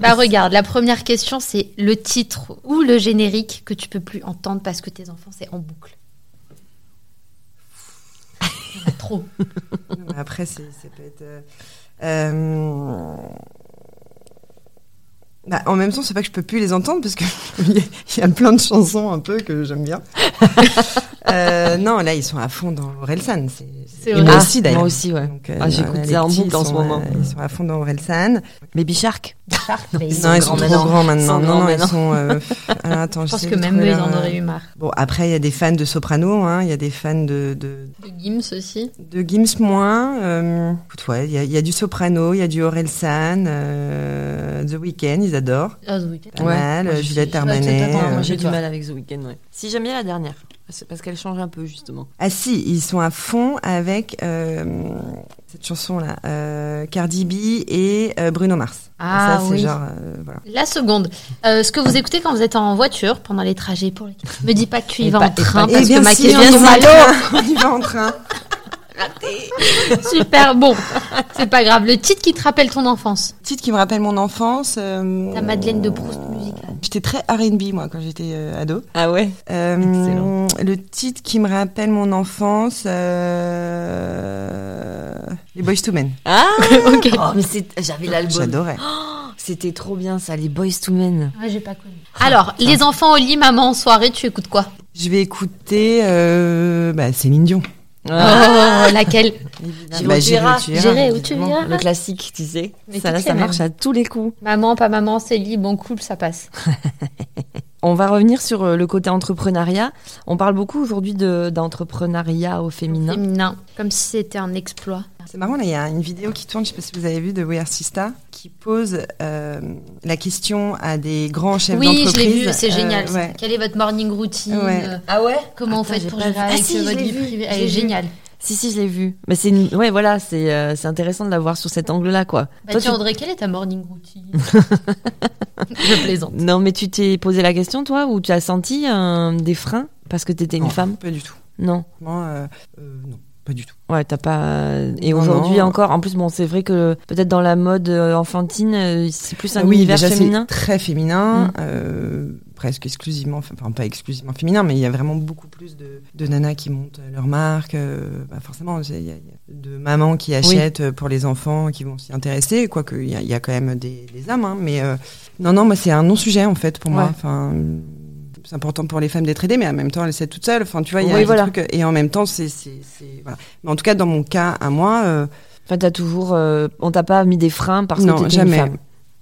Speaker 2: Bah regarde, la première question, c'est le titre ou le générique que tu peux plus entendre parce que tes enfants, c'est en boucle. Il y en a Trop.
Speaker 5: Non, mais après, c'est, ça peut être. euh, euh, bah, en même temps, c'est pas que je peux plus les entendre parce que il y a- il y a plein de chansons un peu que j'aime bien. Euh, non, là, ils sont à fond dans Orelsan. C'est,
Speaker 2: C'est
Speaker 5: et
Speaker 2: vrai.
Speaker 5: moi
Speaker 2: Ah,
Speaker 5: aussi d'ailleurs.
Speaker 1: Moi aussi, ouais.
Speaker 5: Donc, euh,
Speaker 1: Ah, j'écoute
Speaker 5: les
Speaker 1: ça en
Speaker 5: petits,
Speaker 1: boucle en
Speaker 5: ils
Speaker 1: ce
Speaker 5: sont,
Speaker 1: moment.
Speaker 5: euh, ils sont à fond dans Orelsan.
Speaker 1: Baby Shark.
Speaker 2: Mais ils
Speaker 5: non,
Speaker 1: grands
Speaker 5: ils sont
Speaker 1: maintenant.
Speaker 5: trop grands maintenant.
Speaker 1: Ils sont
Speaker 5: Non, non,
Speaker 1: grands
Speaker 5: ils sont. euh, ah, attends,
Speaker 2: Je pense
Speaker 5: j'essaie
Speaker 2: que
Speaker 5: de
Speaker 2: même eux,
Speaker 5: trouver
Speaker 2: ils
Speaker 5: leur- euh,
Speaker 2: en auraient eu marre.
Speaker 5: Bon, après, il y a des fans de soprano, hein, il y a des fans de- de,
Speaker 2: De Gims aussi.
Speaker 5: de Gims moins. euh, écoute, ouais, il y, a- il y a du soprano, il y a du Orelsan, euh, The Weeknd, ils adorent.
Speaker 2: Ah oui.
Speaker 5: Pas
Speaker 1: Ouais.
Speaker 5: mal,
Speaker 1: Moi, je
Speaker 5: Juliette
Speaker 1: suis-
Speaker 5: Armanet.
Speaker 1: Attends,
Speaker 2: Euh,
Speaker 1: moi
Speaker 5: euh.
Speaker 1: j'ai
Speaker 2: et
Speaker 1: du
Speaker 2: toi
Speaker 1: mal avec The Weeknd, ouais. Si j'aime bien la dernière, c'est parce qu'elle change un peu justement.
Speaker 5: Ah si, ils sont à fond avec euh, cette chanson-là, euh, Cardi B et euh, Bruno Mars.
Speaker 2: Ah
Speaker 5: Ça, c'est
Speaker 2: oui.
Speaker 5: genre, euh, voilà.
Speaker 2: La seconde, Euh, ce que vous écoutez quand vous êtes en voiture pendant les trajets pour les. Me dis pas que tu y
Speaker 1: Et
Speaker 2: vas
Speaker 1: pas-
Speaker 2: en
Speaker 1: et pas-
Speaker 2: train
Speaker 1: et
Speaker 2: parce que ma
Speaker 5: si,
Speaker 2: question
Speaker 5: on y
Speaker 2: est
Speaker 5: va en
Speaker 2: mal-
Speaker 5: train, on y va en train.
Speaker 2: super bon. C'est pas grave. Le titre qui te rappelle ton enfance.
Speaker 5: Titre qui me rappelle mon enfance. euh,
Speaker 2: Ta Madeleine de Proust musicale.
Speaker 5: J'étais très R&B moi quand j'étais euh, ado.
Speaker 1: Ah ouais
Speaker 5: Euh,
Speaker 1: Excellent.
Speaker 5: Le titre qui me rappelle mon enfance, euh, les Boys to Men.
Speaker 1: Ah
Speaker 2: Ok.
Speaker 1: Oh, mais c'est- j'avais l'album.
Speaker 5: J'adorais.
Speaker 1: C'était trop bien ça, les Boys to Men.
Speaker 2: Ouais, j'ai pas connu. Ah.
Speaker 5: Ah.
Speaker 2: Alors, les enfants au lit, maman en soirée, tu écoutes quoi
Speaker 5: Je vais écouter euh, bah, Céline Dion.
Speaker 1: Ah,
Speaker 5: Ah. Bah,
Speaker 2: Oh, laquelle
Speaker 1: J'irai où tu iras.
Speaker 2: J'irai où tu
Speaker 5: évidemment.
Speaker 2: iras.
Speaker 1: Le classique, tu sais.
Speaker 2: Mais
Speaker 1: ça là,
Speaker 2: toutes
Speaker 1: ça
Speaker 2: les
Speaker 1: marche à tous les coups.
Speaker 2: Maman, pas maman, c'est lit, bon cool, ça passe.
Speaker 1: On va revenir sur euh, le côté entrepreneuriat. On parle beaucoup aujourd'hui de- d'entrepreneuriat au féminin.
Speaker 2: Féminin, comme si c'était un exploit.
Speaker 5: C'est marrant, là, il y a une vidéo qui tourne, je sais pas si vous avez vu, de We Are Sista, qui pose euh, la question à des grands chefs
Speaker 2: oui,
Speaker 5: d'entreprise.
Speaker 2: je l'ai vu, c'est génial.
Speaker 5: Euh, ouais.
Speaker 2: Quelle est votre morning routine
Speaker 5: Ouais.
Speaker 2: euh,
Speaker 1: Ah ouais
Speaker 2: Comment
Speaker 1: Attends,
Speaker 2: vous faites
Speaker 1: j'ai
Speaker 2: pour
Speaker 1: pas
Speaker 2: gérer
Speaker 1: vu. Ah
Speaker 2: avec
Speaker 1: si,
Speaker 2: euh,
Speaker 1: je
Speaker 2: votre
Speaker 1: l'ai
Speaker 2: vie
Speaker 1: vu,
Speaker 2: privée
Speaker 1: je
Speaker 2: Elle
Speaker 1: l'ai
Speaker 2: est
Speaker 1: vu.
Speaker 2: géniale.
Speaker 1: Si, si, je l'ai vu. Mais c'est une... Ouais, voilà, c'est euh, c'est intéressant de la voir sous cet angle-là, quoi.
Speaker 2: Bah,
Speaker 1: Toi,
Speaker 2: tiens,
Speaker 1: tu-
Speaker 2: Audrey, quelle est ta morning routine Je plaisante.
Speaker 1: Non, mais tu t'es posé la question, toi, ou tu as senti euh, des freins parce que t'étais une
Speaker 5: Non,
Speaker 1: femme
Speaker 5: Pas du tout.
Speaker 1: Non.
Speaker 5: Moi, euh, euh, non, pas du tout.
Speaker 1: Ouais, t'as pas. Et
Speaker 5: Non,
Speaker 1: aujourd'hui
Speaker 5: non.
Speaker 1: encore, en plus, bon, c'est vrai que peut-être dans la mode euh, enfantine, euh, c'est plus un
Speaker 5: Ah oui,
Speaker 1: univers
Speaker 5: déjà, c'est
Speaker 1: féminin.
Speaker 5: Très féminin,
Speaker 1: Mm.
Speaker 5: euh, presque exclusivement, enfin pas exclusivement féminin, mais il y a vraiment beaucoup plus de, de nanas qui montent leur marque. euh, bah, forcément, c'est- il y, a il y a de mamans qui achètent euh, pour les enfants qui vont s'y intéresser, quoique il y, a- il y a quand même des, des hommes. hein, mais euh, non, non, moi c'est un non-sujet en fait pour moi.
Speaker 1: Ouais.
Speaker 5: Enfin, c'est important pour les femmes d'être aidées, mais en même temps elles s'aident toutes seules. Enfin, tu vois, il y a
Speaker 1: Oui,
Speaker 5: des
Speaker 1: voilà.
Speaker 5: trucs- et en même temps, c'est, c'est, c'est- voilà. Mais en tout cas, dans mon cas, à moi. euh,
Speaker 1: Enfin, t'as toujours. euh, on t'a pas mis des freins parce que
Speaker 5: non,
Speaker 1: t'étais
Speaker 5: jamais.
Speaker 1: une femme.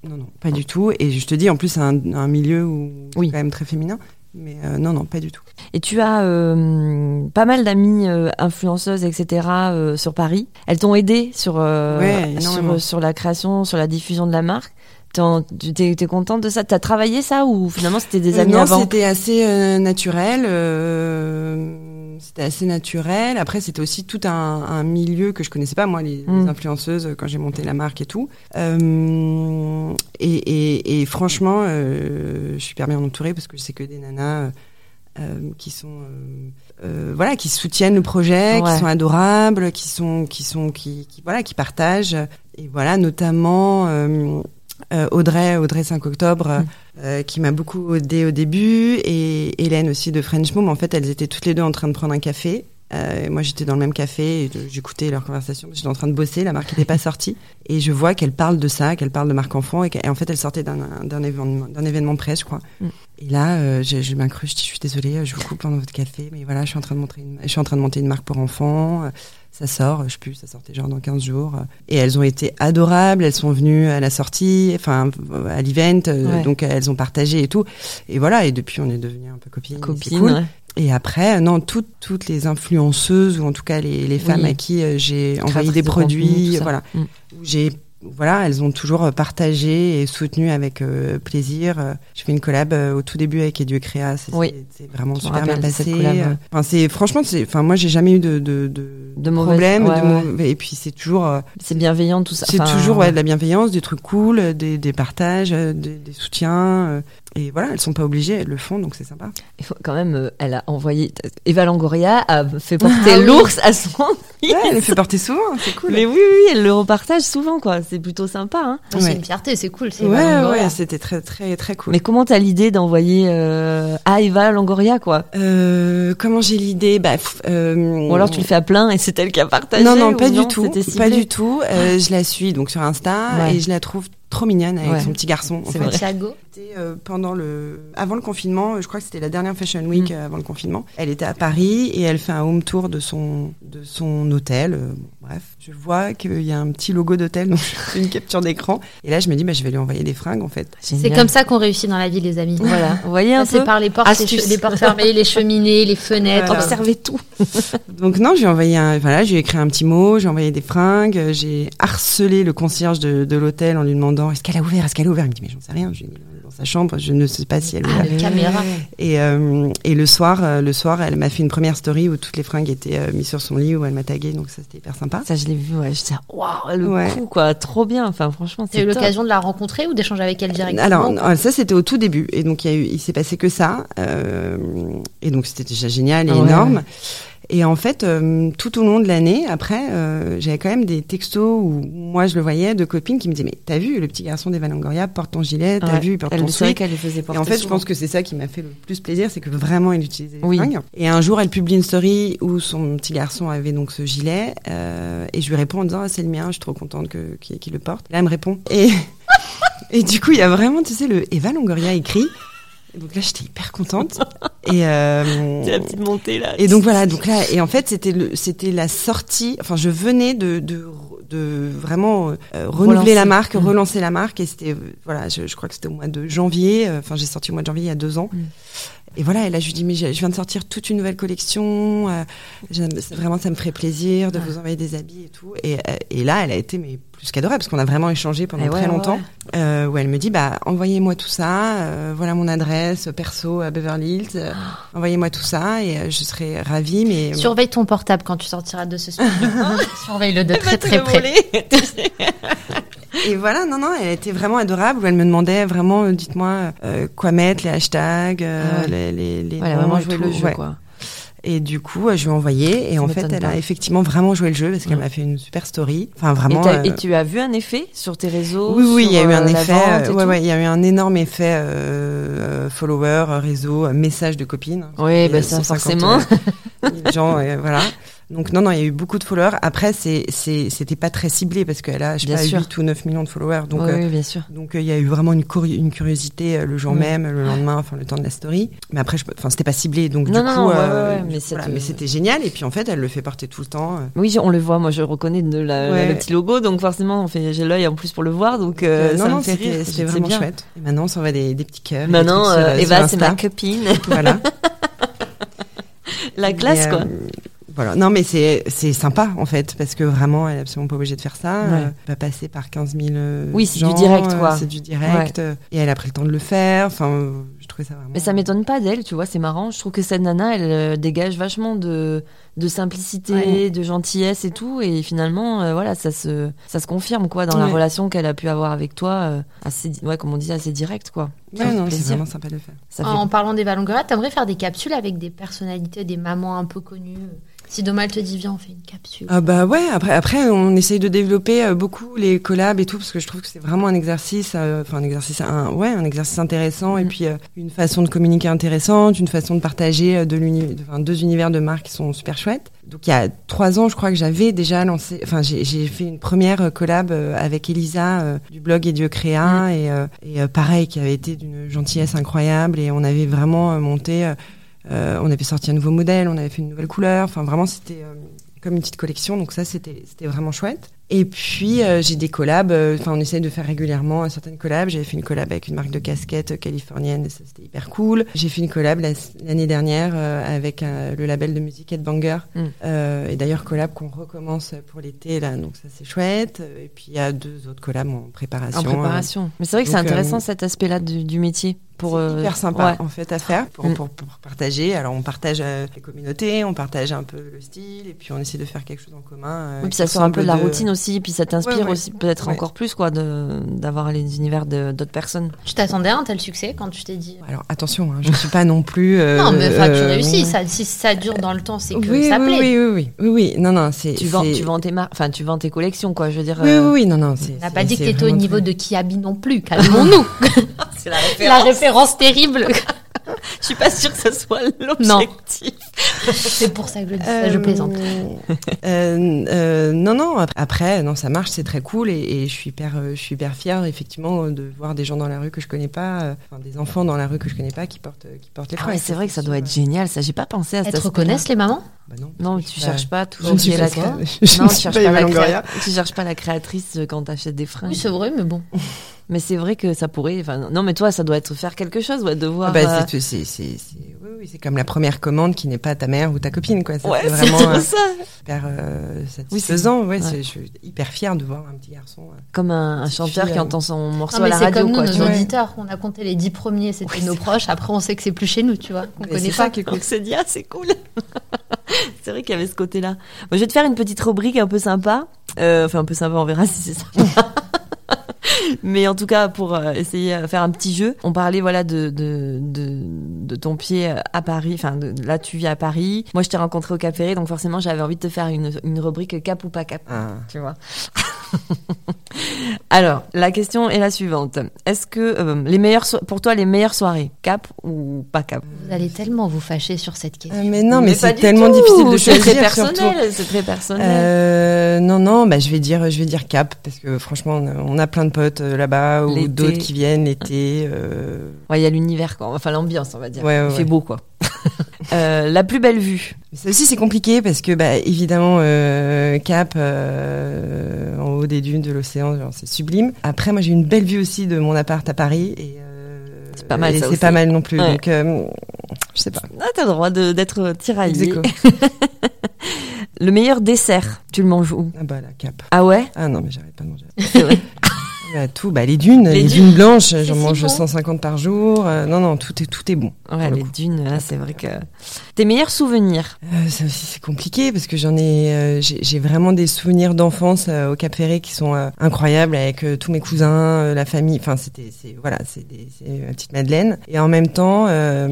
Speaker 5: Non, non, pas du tout. Et je te dis, en plus, c'est un, un milieu où
Speaker 1: Oui.
Speaker 5: c'est quand même très féminin. Mais euh, non, non, pas du tout.
Speaker 1: Et tu as euh, pas mal d'amies euh, influenceuses, etc. euh, sur Paris. Elles t'ont aidé sur, euh,
Speaker 5: Ouais,
Speaker 1: sur,
Speaker 5: énormément.
Speaker 1: euh, sur la création, sur la diffusion de la marque. T'en- Tu t'es t'es contente de ça T'as travaillé ça ou finalement c'était des
Speaker 5: Euh,
Speaker 1: amis
Speaker 5: non,
Speaker 1: avant
Speaker 5: c'était assez euh, naturel. euh, c'était assez naturel. Après, c'était aussi tout un, un milieu que je connaissais pas, moi, les, les
Speaker 1: Mm.
Speaker 5: influenceuses, euh, quand j'ai monté la marque et tout. Euh, et, et- et franchement, euh, je suis super bien entourée parce que je sais que des nanas euh, euh, qui sont euh, euh, voilà qui soutiennent le projet,
Speaker 1: Ouais.
Speaker 5: qui sont adorables, qui sont qui sont qui, qui- voilà qui partagent et voilà notamment euh, euh, Audrey Audrey 5 octobre euh, qui m'a beaucoup aidée au début et Hélène aussi de French Mom en fait elles étaient toutes les deux en train de prendre un café. Euh, et moi j'étais dans le même café et euh, j'écoutais leur conversation, j'étais en train de bosser, la marque n'était pas sortie et je vois qu'elles parlent de ça, qu'elles parlent de marque enfant et, qu'elles- et en fait elles sortaient d'un d'un événement d'un événement presse je crois. Et là, euh, je, je m'incruste, je dis, je suis désolée, euh, je vous coupe pendant votre café, mais voilà, je suis en train de monter une, je suis en train de monter une marque pour enfants. euh, Ça sort, euh, je pue, ça sortait genre dans 15 jours. euh. Et elles ont été adorables, elles sont venues à la sortie, enfin euh, à l'event, euh,
Speaker 1: Ouais.
Speaker 5: donc euh, elles ont partagé et tout. Et voilà, et depuis on est devenus un peu copines. et c'est
Speaker 1: Copine.
Speaker 5: cool.
Speaker 1: ouais.
Speaker 5: Et après, euh, non, toutes, toutes les influenceuses, ou en tout cas les, les femmes
Speaker 1: Oui.
Speaker 5: à qui euh, j'ai envoyé
Speaker 1: Créatrice
Speaker 5: des
Speaker 1: de contenu,
Speaker 5: produits,
Speaker 1: tout ça.
Speaker 5: voilà,
Speaker 1: Mm.
Speaker 5: où j'ai, voilà, elles ont toujours euh, partagé et soutenu avec euh, plaisir. Euh, J'ai fait une collab euh, au tout début avec Edieu Créa, c'est
Speaker 1: Oui.
Speaker 5: c'est- c'est vraiment
Speaker 1: Je me
Speaker 5: super bien
Speaker 1: rappelle de cette
Speaker 5: passé.
Speaker 1: collab, ouais.
Speaker 5: Euh, Enfin, c'est franchement, c'est, enfin, moi, j'ai jamais eu de, de, de,
Speaker 1: De mauvaises-
Speaker 5: problème,
Speaker 1: ouais,
Speaker 5: de
Speaker 1: ouais.
Speaker 5: mauvais- et puis c'est toujours, euh,
Speaker 1: C'est bienveillant tout ça.
Speaker 5: c'est
Speaker 1: Enfin,
Speaker 5: toujours ouais, de la bienveillance, des trucs cool, euh, des, des partages, euh, des, des soutiens. euh, et voilà, elles sont pas obligées, elles le font, donc c'est sympa.
Speaker 1: il faut Quand même, euh, elle a envoyé. Eva Longoria a fait porter
Speaker 2: Ah oui.
Speaker 1: l'ours à son fils.
Speaker 5: Ouais, elle les fait porter souvent, c'est cool.
Speaker 1: Mais oui, oui, elle le repartage souvent, quoi. C'est plutôt sympa. Hein.
Speaker 2: Bah, C'est
Speaker 5: Ouais.
Speaker 2: une fierté, c'est cool. c'est
Speaker 5: Ouais,
Speaker 2: Valangora.
Speaker 5: ouais, c'était très, très, très cool.
Speaker 1: Mais comment t'as l'idée d'envoyer euh, à Eva Longoria, quoi
Speaker 5: Euh, comment j'ai l'idée bah, f- euh,
Speaker 1: Ou alors tu le fais à plein et c'est elle qui a partagé
Speaker 5: Non, non,
Speaker 1: ou
Speaker 5: pas du tout.
Speaker 1: c'était
Speaker 5: Pas
Speaker 1: ciblé
Speaker 5: du tout. Euh, je la suis donc sur Insta
Speaker 1: Ouais.
Speaker 5: et je la trouve trop mignonne avec
Speaker 1: Ouais.
Speaker 5: son petit garçon. en
Speaker 1: C'est
Speaker 5: fait.
Speaker 1: vrai.
Speaker 2: Thiago.
Speaker 5: C'était, euh, pendant le, avant le confinement, euh, je crois que c'était la dernière Fashion
Speaker 1: Mm.
Speaker 5: Week euh, avant le confinement. Elle était à Paris et elle fait un home tour de son, de son hôtel. euh, bon, bref, je vois qu'il y a un petit logo d'hôtel, donc je fais une capture d'écran. Et là, je me dis, bah, je vais lui envoyer des fringues en fait.
Speaker 2: C'est
Speaker 1: Génial.
Speaker 2: comme ça qu'on réussit dans la vie, les amis.
Speaker 1: Voilà, vous voyez un
Speaker 2: Passer
Speaker 1: peu
Speaker 2: par les portes, les,
Speaker 1: Astuce.
Speaker 2: che- les portes fermées, les cheminées, les fenêtres. Oh,
Speaker 5: Voilà.
Speaker 2: Observe-
Speaker 1: Observez tout.
Speaker 5: Donc non, j'ai envoyé un, voilà, j'ai écrit un petit mot, j'ai envoyé des fringues, euh, j'ai harcelé le concierge de, de l'hôtel en lui demandant est-ce qu'elle a ouvert, est-ce qu'elle a ouvert. Il me dit mais j'en sais rien, je l'ai mis dans sa chambre, je ne sais pas si elle a
Speaker 2: Ah,
Speaker 5: ouvert.
Speaker 2: le caméra.
Speaker 5: Et, euh, et le soir, euh, le soir, elle m'a fait une première story où toutes les fringues étaient euh, mises sur son lit où elle m'a tagué, donc ça c'était hyper sympa.
Speaker 1: Ça, je l'ai vu, ouais. Je disais, waouh, le
Speaker 5: Ouais.
Speaker 1: coup, quoi. Trop bien. Enfin, franchement,
Speaker 2: T'as
Speaker 1: c'est
Speaker 2: eu
Speaker 1: top.
Speaker 2: l'occasion de la rencontrer ou d'échanger avec elle directement
Speaker 5: Alors non, ça c'était au tout début et donc il, y a eu, il s'est passé que ça euh, et donc c'était déjà génial et
Speaker 1: Ouais.
Speaker 5: énorme. Et en fait, euh, tout au long de l'année, après, euh, j'avais quand même des textos où moi je le voyais de copines qui me disaient mais t'as vu le petit garçon d'Evan Longoria porte ton gilet, t'as
Speaker 1: Ouais.
Speaker 5: vu il porte
Speaker 1: Elle
Speaker 5: ton
Speaker 1: le savait
Speaker 5: sweat.
Speaker 1: qu'elle le faisait porter.
Speaker 5: Et en fait, je
Speaker 1: souvent.
Speaker 5: pense que c'est ça qui m'a fait le plus plaisir, c'est que vraiment il utilisait les
Speaker 1: Oui.
Speaker 5: fringues. Et un jour, elle publie une story où son petit garçon avait donc ce gilet euh, et je lui réponds en disant ah, c'est le mien, je suis trop contente que qu'il qu'il le porte. Là, elle me répond et et du coup, il y a vraiment tu sais le Eva Longoria écrit. Et Donc là, j'étais hyper contente et euh,
Speaker 1: C'est la petite montée, là.
Speaker 5: et donc voilà, donc là, et en fait, c'était le, c'était la sortie. Enfin, je venais de, de, de vraiment euh, renouveler
Speaker 1: Relancer.
Speaker 5: la marque,
Speaker 1: Mm.
Speaker 5: relancer la marque, et c'était, euh, voilà, je, je crois que c'était au mois de janvier. euh, Enfin, j'ai sorti au mois de janvier il y a deux ans.
Speaker 1: Mm.
Speaker 5: Et voilà, et là, je lui dis, mais je, je viens de sortir toute une nouvelle collection. euh, j'aime- c'est- vraiment, ça me ferait plaisir de vous envoyer des habits et tout. Et, euh, et là, elle a été mais plus qu'adorable parce qu'on a vraiment échangé pendant
Speaker 1: Eh ouais,
Speaker 5: très
Speaker 1: ouais,
Speaker 5: longtemps.
Speaker 1: ouais.
Speaker 5: euh, où elle me dit, bah, envoyez-moi tout ça. euh, voilà mon adresse perso à Beverly Hills. euh, Envoyez-moi tout ça et euh, je serai ravie. Mais
Speaker 2: Surveille ton portable quand tu sortiras de ce studio.
Speaker 5: Ah.
Speaker 2: Surveille-le de très très près.
Speaker 5: et voilà, non, non, elle était vraiment adorable. Où elle me demandait vraiment, euh, dites-moi euh, quoi mettre, les hashtags, euh,
Speaker 1: Ah ouais.
Speaker 5: les, les, les
Speaker 1: Voilà,
Speaker 5: noms
Speaker 1: vraiment
Speaker 5: et
Speaker 1: jouer
Speaker 5: tout,
Speaker 1: le jeu,
Speaker 5: ouais.
Speaker 1: quoi.
Speaker 5: Et du coup, euh, je lui ai envoyé. Et
Speaker 1: Ça
Speaker 5: en fait,
Speaker 1: m'étonne
Speaker 5: elle
Speaker 1: pas.
Speaker 5: a effectivement vraiment joué le jeu parce qu'elle
Speaker 1: Mm.
Speaker 5: m'a fait une super story. Enfin,
Speaker 1: Et,
Speaker 5: vraiment.
Speaker 1: t'as-
Speaker 5: euh,
Speaker 1: et tu as vu un effet sur tes réseaux
Speaker 5: Oui, oui, il y a
Speaker 1: sur,
Speaker 5: eu un
Speaker 1: euh, la
Speaker 5: effet.
Speaker 1: vente et
Speaker 5: euh, ouais,
Speaker 1: tout
Speaker 5: ouais, il y a eu un énorme effet euh, euh, follower, euh, réseau, euh, message de copine.
Speaker 1: Oui,
Speaker 5: Et,
Speaker 1: bah
Speaker 5: euh,
Speaker 1: ça,
Speaker 5: 150,
Speaker 1: forcément.
Speaker 5: euh, mille gens, euh, voilà. Donc non, non, il y a eu beaucoup de followers. Après, c'est, c'est, c'était pas très ciblé parce qu'elle a, je sais
Speaker 1: Bien
Speaker 5: pas,
Speaker 1: sûr.
Speaker 5: 8 ou 9 millions de followers. Donc,
Speaker 1: oui,
Speaker 5: euh,
Speaker 1: oui, bien sûr.
Speaker 5: donc euh, il y a eu vraiment une, curi- une curiosité euh, le jour
Speaker 1: Mm.
Speaker 5: même, le lendemain, enfin le temps de la story. Mais après, je, enfin c'était pas ciblé, donc
Speaker 1: Non,
Speaker 5: du
Speaker 1: non,
Speaker 5: coup,
Speaker 1: ouais,
Speaker 5: euh,
Speaker 1: ouais, ouais,
Speaker 5: du
Speaker 1: mais
Speaker 5: coup, voilà.
Speaker 1: c'était-
Speaker 5: mais c'était génial. Et puis en fait, elle le fait porter tout le temps. euh,
Speaker 1: Oui, je- on le voit, moi je reconnais de la-
Speaker 5: Ouais.
Speaker 1: le petit logo, donc forcément on fait- j'ai l'œil en plus pour le voir, donc euh,
Speaker 5: Euh,
Speaker 1: ça me fait
Speaker 5: c'était-
Speaker 1: rire.
Speaker 5: c'était
Speaker 1: c'est
Speaker 5: vraiment
Speaker 1: bien.
Speaker 5: chouette. Et maintenant, on s'envoie des, des petits cœurs. et des
Speaker 1: Maintenant,
Speaker 5: trucs sur,
Speaker 1: euh,
Speaker 5: euh,
Speaker 1: Eva,
Speaker 5: sur
Speaker 1: c'est
Speaker 5: Insta.
Speaker 1: ma copine.
Speaker 5: Voilà.
Speaker 1: La classe,
Speaker 5: Mais,
Speaker 1: quoi.
Speaker 5: euh, voilà. Non, mais c'est c'est sympa en fait parce que vraiment, elle est absolument pas obligée de faire ça.
Speaker 1: Ouais.
Speaker 5: Euh, elle va passer par 15 000. euh,
Speaker 1: Oui, c'est du
Speaker 5: gens,
Speaker 1: direct,
Speaker 5: euh,
Speaker 1: quoi.
Speaker 5: C'est du direct. euh, Et elle a pris le temps de le faire. Enfin, euh, Je trouvais ça vraiment.
Speaker 1: Mais ça m'étonne pas d'elle, tu vois, c'est marrant. Je trouve que cette nana, elle euh, dégage vachement de, de simplicité,
Speaker 5: Ouais.
Speaker 1: de gentillesse et tout. Et finalement, euh, voilà, ça se, ça se confirme, quoi, dans la
Speaker 5: Ouais.
Speaker 1: relation qu'elle a pu avoir avec toi. euh, assez, di- ouais, comme on dit, assez direct, quoi.
Speaker 5: Ouais,
Speaker 1: Ça fait
Speaker 5: non, c'est
Speaker 1: plaisir.
Speaker 5: vraiment sympa de le faire.
Speaker 1: Ça fait-
Speaker 2: En parlant des ballons gras, t'aimerais faire des capsules avec des personnalités, des mamans un peu connues. euh, Si demain elle te dit viens, on fait une capsule.
Speaker 5: Ah bah ouais, après, après on essaye de développer euh, beaucoup les collabs et tout, parce que je trouve que c'est vraiment un exercice, euh, enfin un exercice, un, ouais, un exercice intéressant, et
Speaker 1: Mhm.
Speaker 5: puis euh, une façon de communiquer intéressante, une façon de partager euh, de l'uni- de- enfin, deux univers de marques qui sont super chouettes. Donc il y a trois ans, je crois que j'avais déjà lancé, enfin j'ai j'ai fait une première euh, collab euh, avec Elisa euh, du blog Et Dieu Créa, et, euh, et euh, pareil, qui avait été d'une gentillesse incroyable, et on avait vraiment euh, monté... euh, euh, on avait sorti un nouveau modèle, on avait fait une nouvelle couleur. Enfin, vraiment, c'était euh, comme une petite collection. Donc ça, c'était c'était vraiment chouette. Et puis, euh, j'ai des collabs. euh, Enfin, on essaye de faire régulièrement euh, certaines collabs. J'avais fait une collab avec une marque de casquettes euh, californienne. et ça, c'était hyper cool. J'ai fait une collab la- l'année dernière euh, avec euh, le label de musique Headbanger.
Speaker 1: Mm.
Speaker 5: Euh, et d'ailleurs, collab qu'on recommence pour l'été, là. Donc ça, c'est chouette. Et puis, il y a deux autres collabs en préparation. euh,
Speaker 1: en préparation. Mais c'est vrai que c'est
Speaker 5: donc, euh,
Speaker 1: intéressant cet aspect-là du, du métier. Pour,
Speaker 5: c'est
Speaker 1: euh,
Speaker 5: hyper sympa
Speaker 1: ouais.
Speaker 5: en fait à faire pour,
Speaker 1: Mm.
Speaker 5: pour, pour partager. Alors on partage euh, les communautés, on partage un peu le style et puis on essaie de faire quelque chose en commun. euh,
Speaker 1: Oui, puis
Speaker 5: qui
Speaker 1: ça sort un peu de la
Speaker 5: ressemble
Speaker 1: routine aussi, puis ça t'inspire
Speaker 5: Ouais, ouais.
Speaker 1: aussi peut-être
Speaker 5: Ouais.
Speaker 1: encore plus quoi de- d'avoir les univers de- d'autres personnes.
Speaker 5: Ah.
Speaker 2: Tu t'attendais à un tel succès quand tu t'es dit.
Speaker 5: Alors attention, hein, je suis pas non plus. euh,
Speaker 2: non, mais enfin, tu
Speaker 5: euh,
Speaker 2: réussis.
Speaker 5: bon.
Speaker 2: Ça, si ça dure dans le temps, c'est que
Speaker 5: oui,
Speaker 2: ça plaît.
Speaker 5: oui, oui, oui, oui, oui, oui. Non, non, c'est.
Speaker 1: Tu vends,
Speaker 5: c'est-
Speaker 1: tu vends tes mar- enfin tu vends tes collections quoi. Je veux dire.
Speaker 5: Oui,
Speaker 1: euh,
Speaker 5: oui, oui, non, non. c'est-
Speaker 2: On n'a
Speaker 5: c'est-
Speaker 2: pas dit que
Speaker 5: c'est
Speaker 2: t'étais au
Speaker 5: vraiment
Speaker 2: niveau
Speaker 5: très-
Speaker 2: de
Speaker 5: Ah,
Speaker 2: Kiabi non plus, calmons-nous.
Speaker 1: C'est la
Speaker 2: La référence terrible.
Speaker 1: Je suis pas sûre que ce soit
Speaker 2: l'objectif. C'est pour ça que je dis ça, je
Speaker 5: Euh,
Speaker 2: plaisante.
Speaker 5: euh, euh, non, non. ap- Après, non, ça marche, c'est très cool et, et je suis hyper, euh, je suis hyper fière effectivement de voir des gens dans la rue que je connais pas, euh, enfin des enfants dans la rue que je connais pas qui portent, euh, qui portent les
Speaker 1: Ah
Speaker 5: fringues.
Speaker 1: ouais, c'est vrai que ça
Speaker 5: sûr,
Speaker 1: doit être
Speaker 5: euh,
Speaker 1: génial. Ça, j'ai pas pensé à
Speaker 2: Elles
Speaker 1: ça.
Speaker 2: te reconnaissent les mamans
Speaker 5: Bah non.
Speaker 1: Non, mais tu
Speaker 5: Bah,
Speaker 1: cherches pas
Speaker 5: je
Speaker 1: toujours
Speaker 5: ne
Speaker 1: qui
Speaker 5: suis
Speaker 1: est
Speaker 5: pas
Speaker 1: la
Speaker 5: ça.
Speaker 1: créa-
Speaker 5: Je
Speaker 1: Non,
Speaker 5: ne
Speaker 1: tu
Speaker 5: suis
Speaker 1: cherches
Speaker 5: pas
Speaker 1: pas
Speaker 5: Eva
Speaker 1: la
Speaker 5: Longoria.
Speaker 1: créa- tu cherches pas la créatrice euh, quand t'achètes des fringues.
Speaker 2: Oui, c'est vrai, mais bon.
Speaker 1: Mais c'est vrai que ça pourrait. Enfin, non, mais toi, ça doit être faire quelque chose, ouais, de
Speaker 5: Ah
Speaker 1: voir. euh,
Speaker 5: bah, c'est, c'est, c'est, c'est- oui, oui, c'est comme la première commande qui n'est pas ta mère ou ta copine, quoi. Ça,
Speaker 1: Ouais,
Speaker 5: c'est
Speaker 1: c'est
Speaker 5: vraiment
Speaker 1: trop
Speaker 5: euh,
Speaker 1: ça.
Speaker 5: hyper euh, satisfaisant. ouais, c'est- je suis hyper fière de voir un petit garçon. euh.
Speaker 1: Comme un, un
Speaker 5: Petite
Speaker 1: chanteur
Speaker 5: fille,
Speaker 1: qui
Speaker 5: euh,
Speaker 1: entend son morceau
Speaker 2: Non, mais
Speaker 1: à la
Speaker 2: c'est
Speaker 1: radio,
Speaker 2: comme nous,
Speaker 1: quoi. tu
Speaker 2: nos
Speaker 1: vois.
Speaker 5: Ouais.
Speaker 2: auditeurs. On a compté les dix premiers, c'était
Speaker 1: Oui,
Speaker 2: nos
Speaker 1: c'est
Speaker 2: proches. Après, on sait que c'est plus chez nous, tu vois. On
Speaker 5: Mais
Speaker 2: connaît
Speaker 5: c'est
Speaker 2: pas.
Speaker 5: ça qui est cool.
Speaker 1: Donc c'est dit, ah, c'est cool. c'est vrai qu'il y avait ce côté-là. Moi, je vais te faire une petite rubrique un peu sympa. Euh, enfin, un peu sympa, on verra si c'est sympa. Mais en tout cas, pour euh, essayer de faire un petit jeu, on parlait voilà de, de, de, de ton pied à Paris. Enfin, de- là, tu vis à Paris. Moi, je t'ai rencontré au Cap Ferré, donc forcément, j'avais envie de te faire une, une rubrique cap ou pas cap.
Speaker 5: Ah.
Speaker 1: Tu vois. Alors, la question est la suivante. Est-ce que euh, les meilleures so- pour toi les meilleures soirées, cap ou pas cap
Speaker 2: Vous allez tellement vous fâcher sur cette question.
Speaker 5: Euh, mais non, mais,
Speaker 1: pas
Speaker 5: c'est
Speaker 1: du
Speaker 5: tellement
Speaker 1: tout,
Speaker 5: difficile de
Speaker 1: C'est très hein,
Speaker 5: choisir. surtout.
Speaker 1: personnel, c'est très personnel.
Speaker 5: Euh, non, non, bah, je vais dire, je vais dire Cap, parce que franchement, on a, on a plein de potes euh, là-bas ou
Speaker 1: L'été.
Speaker 5: d'autres qui viennent l'été. euh,
Speaker 1: Ouais, il y a l'univers quoi, enfin l'ambiance, on va dire.
Speaker 5: Ouais, ouais,
Speaker 1: il fait
Speaker 5: ouais.
Speaker 1: beau quoi. Euh, la plus belle vue.
Speaker 5: Mais Ça aussi, c'est compliqué parce que, bah, évidemment, euh, Cap, euh, en haut des dunes de l'océan, genre, c'est sublime. Après, moi, j'ai une belle vue aussi de mon appart à Paris. et euh,
Speaker 1: C'est pas mal,
Speaker 5: et
Speaker 1: ça
Speaker 5: C'est
Speaker 1: aussi.
Speaker 5: pas mal non plus.
Speaker 1: Ouais.
Speaker 5: Donc, euh, je sais pas.
Speaker 1: Ah, t'as le droit de- d'être
Speaker 5: Ex
Speaker 1: tiraillé.
Speaker 5: aequo.
Speaker 1: Le meilleur dessert, tu le manges où
Speaker 5: Ah bah, la Cap.
Speaker 1: Ah ouais
Speaker 5: Ah non, mais j'arrête pas de manger.
Speaker 1: C'est vrai.
Speaker 5: Bah, tout, bah, les dunes,
Speaker 1: Les
Speaker 5: les,
Speaker 1: dunes.
Speaker 5: dunes blanches,
Speaker 2: si
Speaker 5: j'en mange
Speaker 2: bon.
Speaker 5: 150 par jour. Euh, non, non, tout est, tout est bon.
Speaker 1: Ouais,
Speaker 5: le
Speaker 1: les
Speaker 5: coup.
Speaker 1: dunes, là c'est vrai que tes meilleurs souvenirs.
Speaker 5: Euh, ça aussi, c'est compliqué parce que j'en ai, euh, j'ai j'ai vraiment des souvenirs d'enfance euh, au Cap Ferré qui sont euh, incroyables avec euh, tous mes cousins, euh, la famille. Enfin, c'était, c'est voilà, c'est des- c'est ma petite Madeleine. Et en même temps, euh,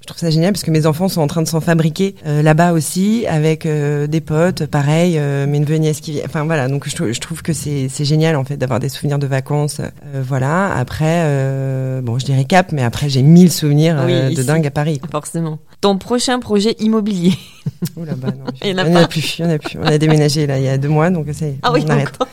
Speaker 5: je trouve ça génial parce que mes enfants sont en train de s'en fabriquer euh, là-bas aussi avec euh, des potes, pareil, euh, mes neveux nièces qui viennent. Enfin voilà, donc je, trou- je trouve que c'est c'est génial en fait d'avoir des souvenirs de vacances. Euh, voilà. Après, euh, bon, je dirais Cap, mais après j'ai mille souvenirs
Speaker 1: Oui,
Speaker 5: euh, de
Speaker 1: ici.
Speaker 5: dingue à Paris.
Speaker 1: Forcément. Ton prochain projet immobilier.
Speaker 5: Ouh là bah non,
Speaker 1: Il y en a
Speaker 5: on
Speaker 1: pas.
Speaker 5: a plus, il y en a plus. On a déménagé là il y a deux mois, donc ça y est,
Speaker 1: Ah oui,
Speaker 5: on arrête.
Speaker 1: encore.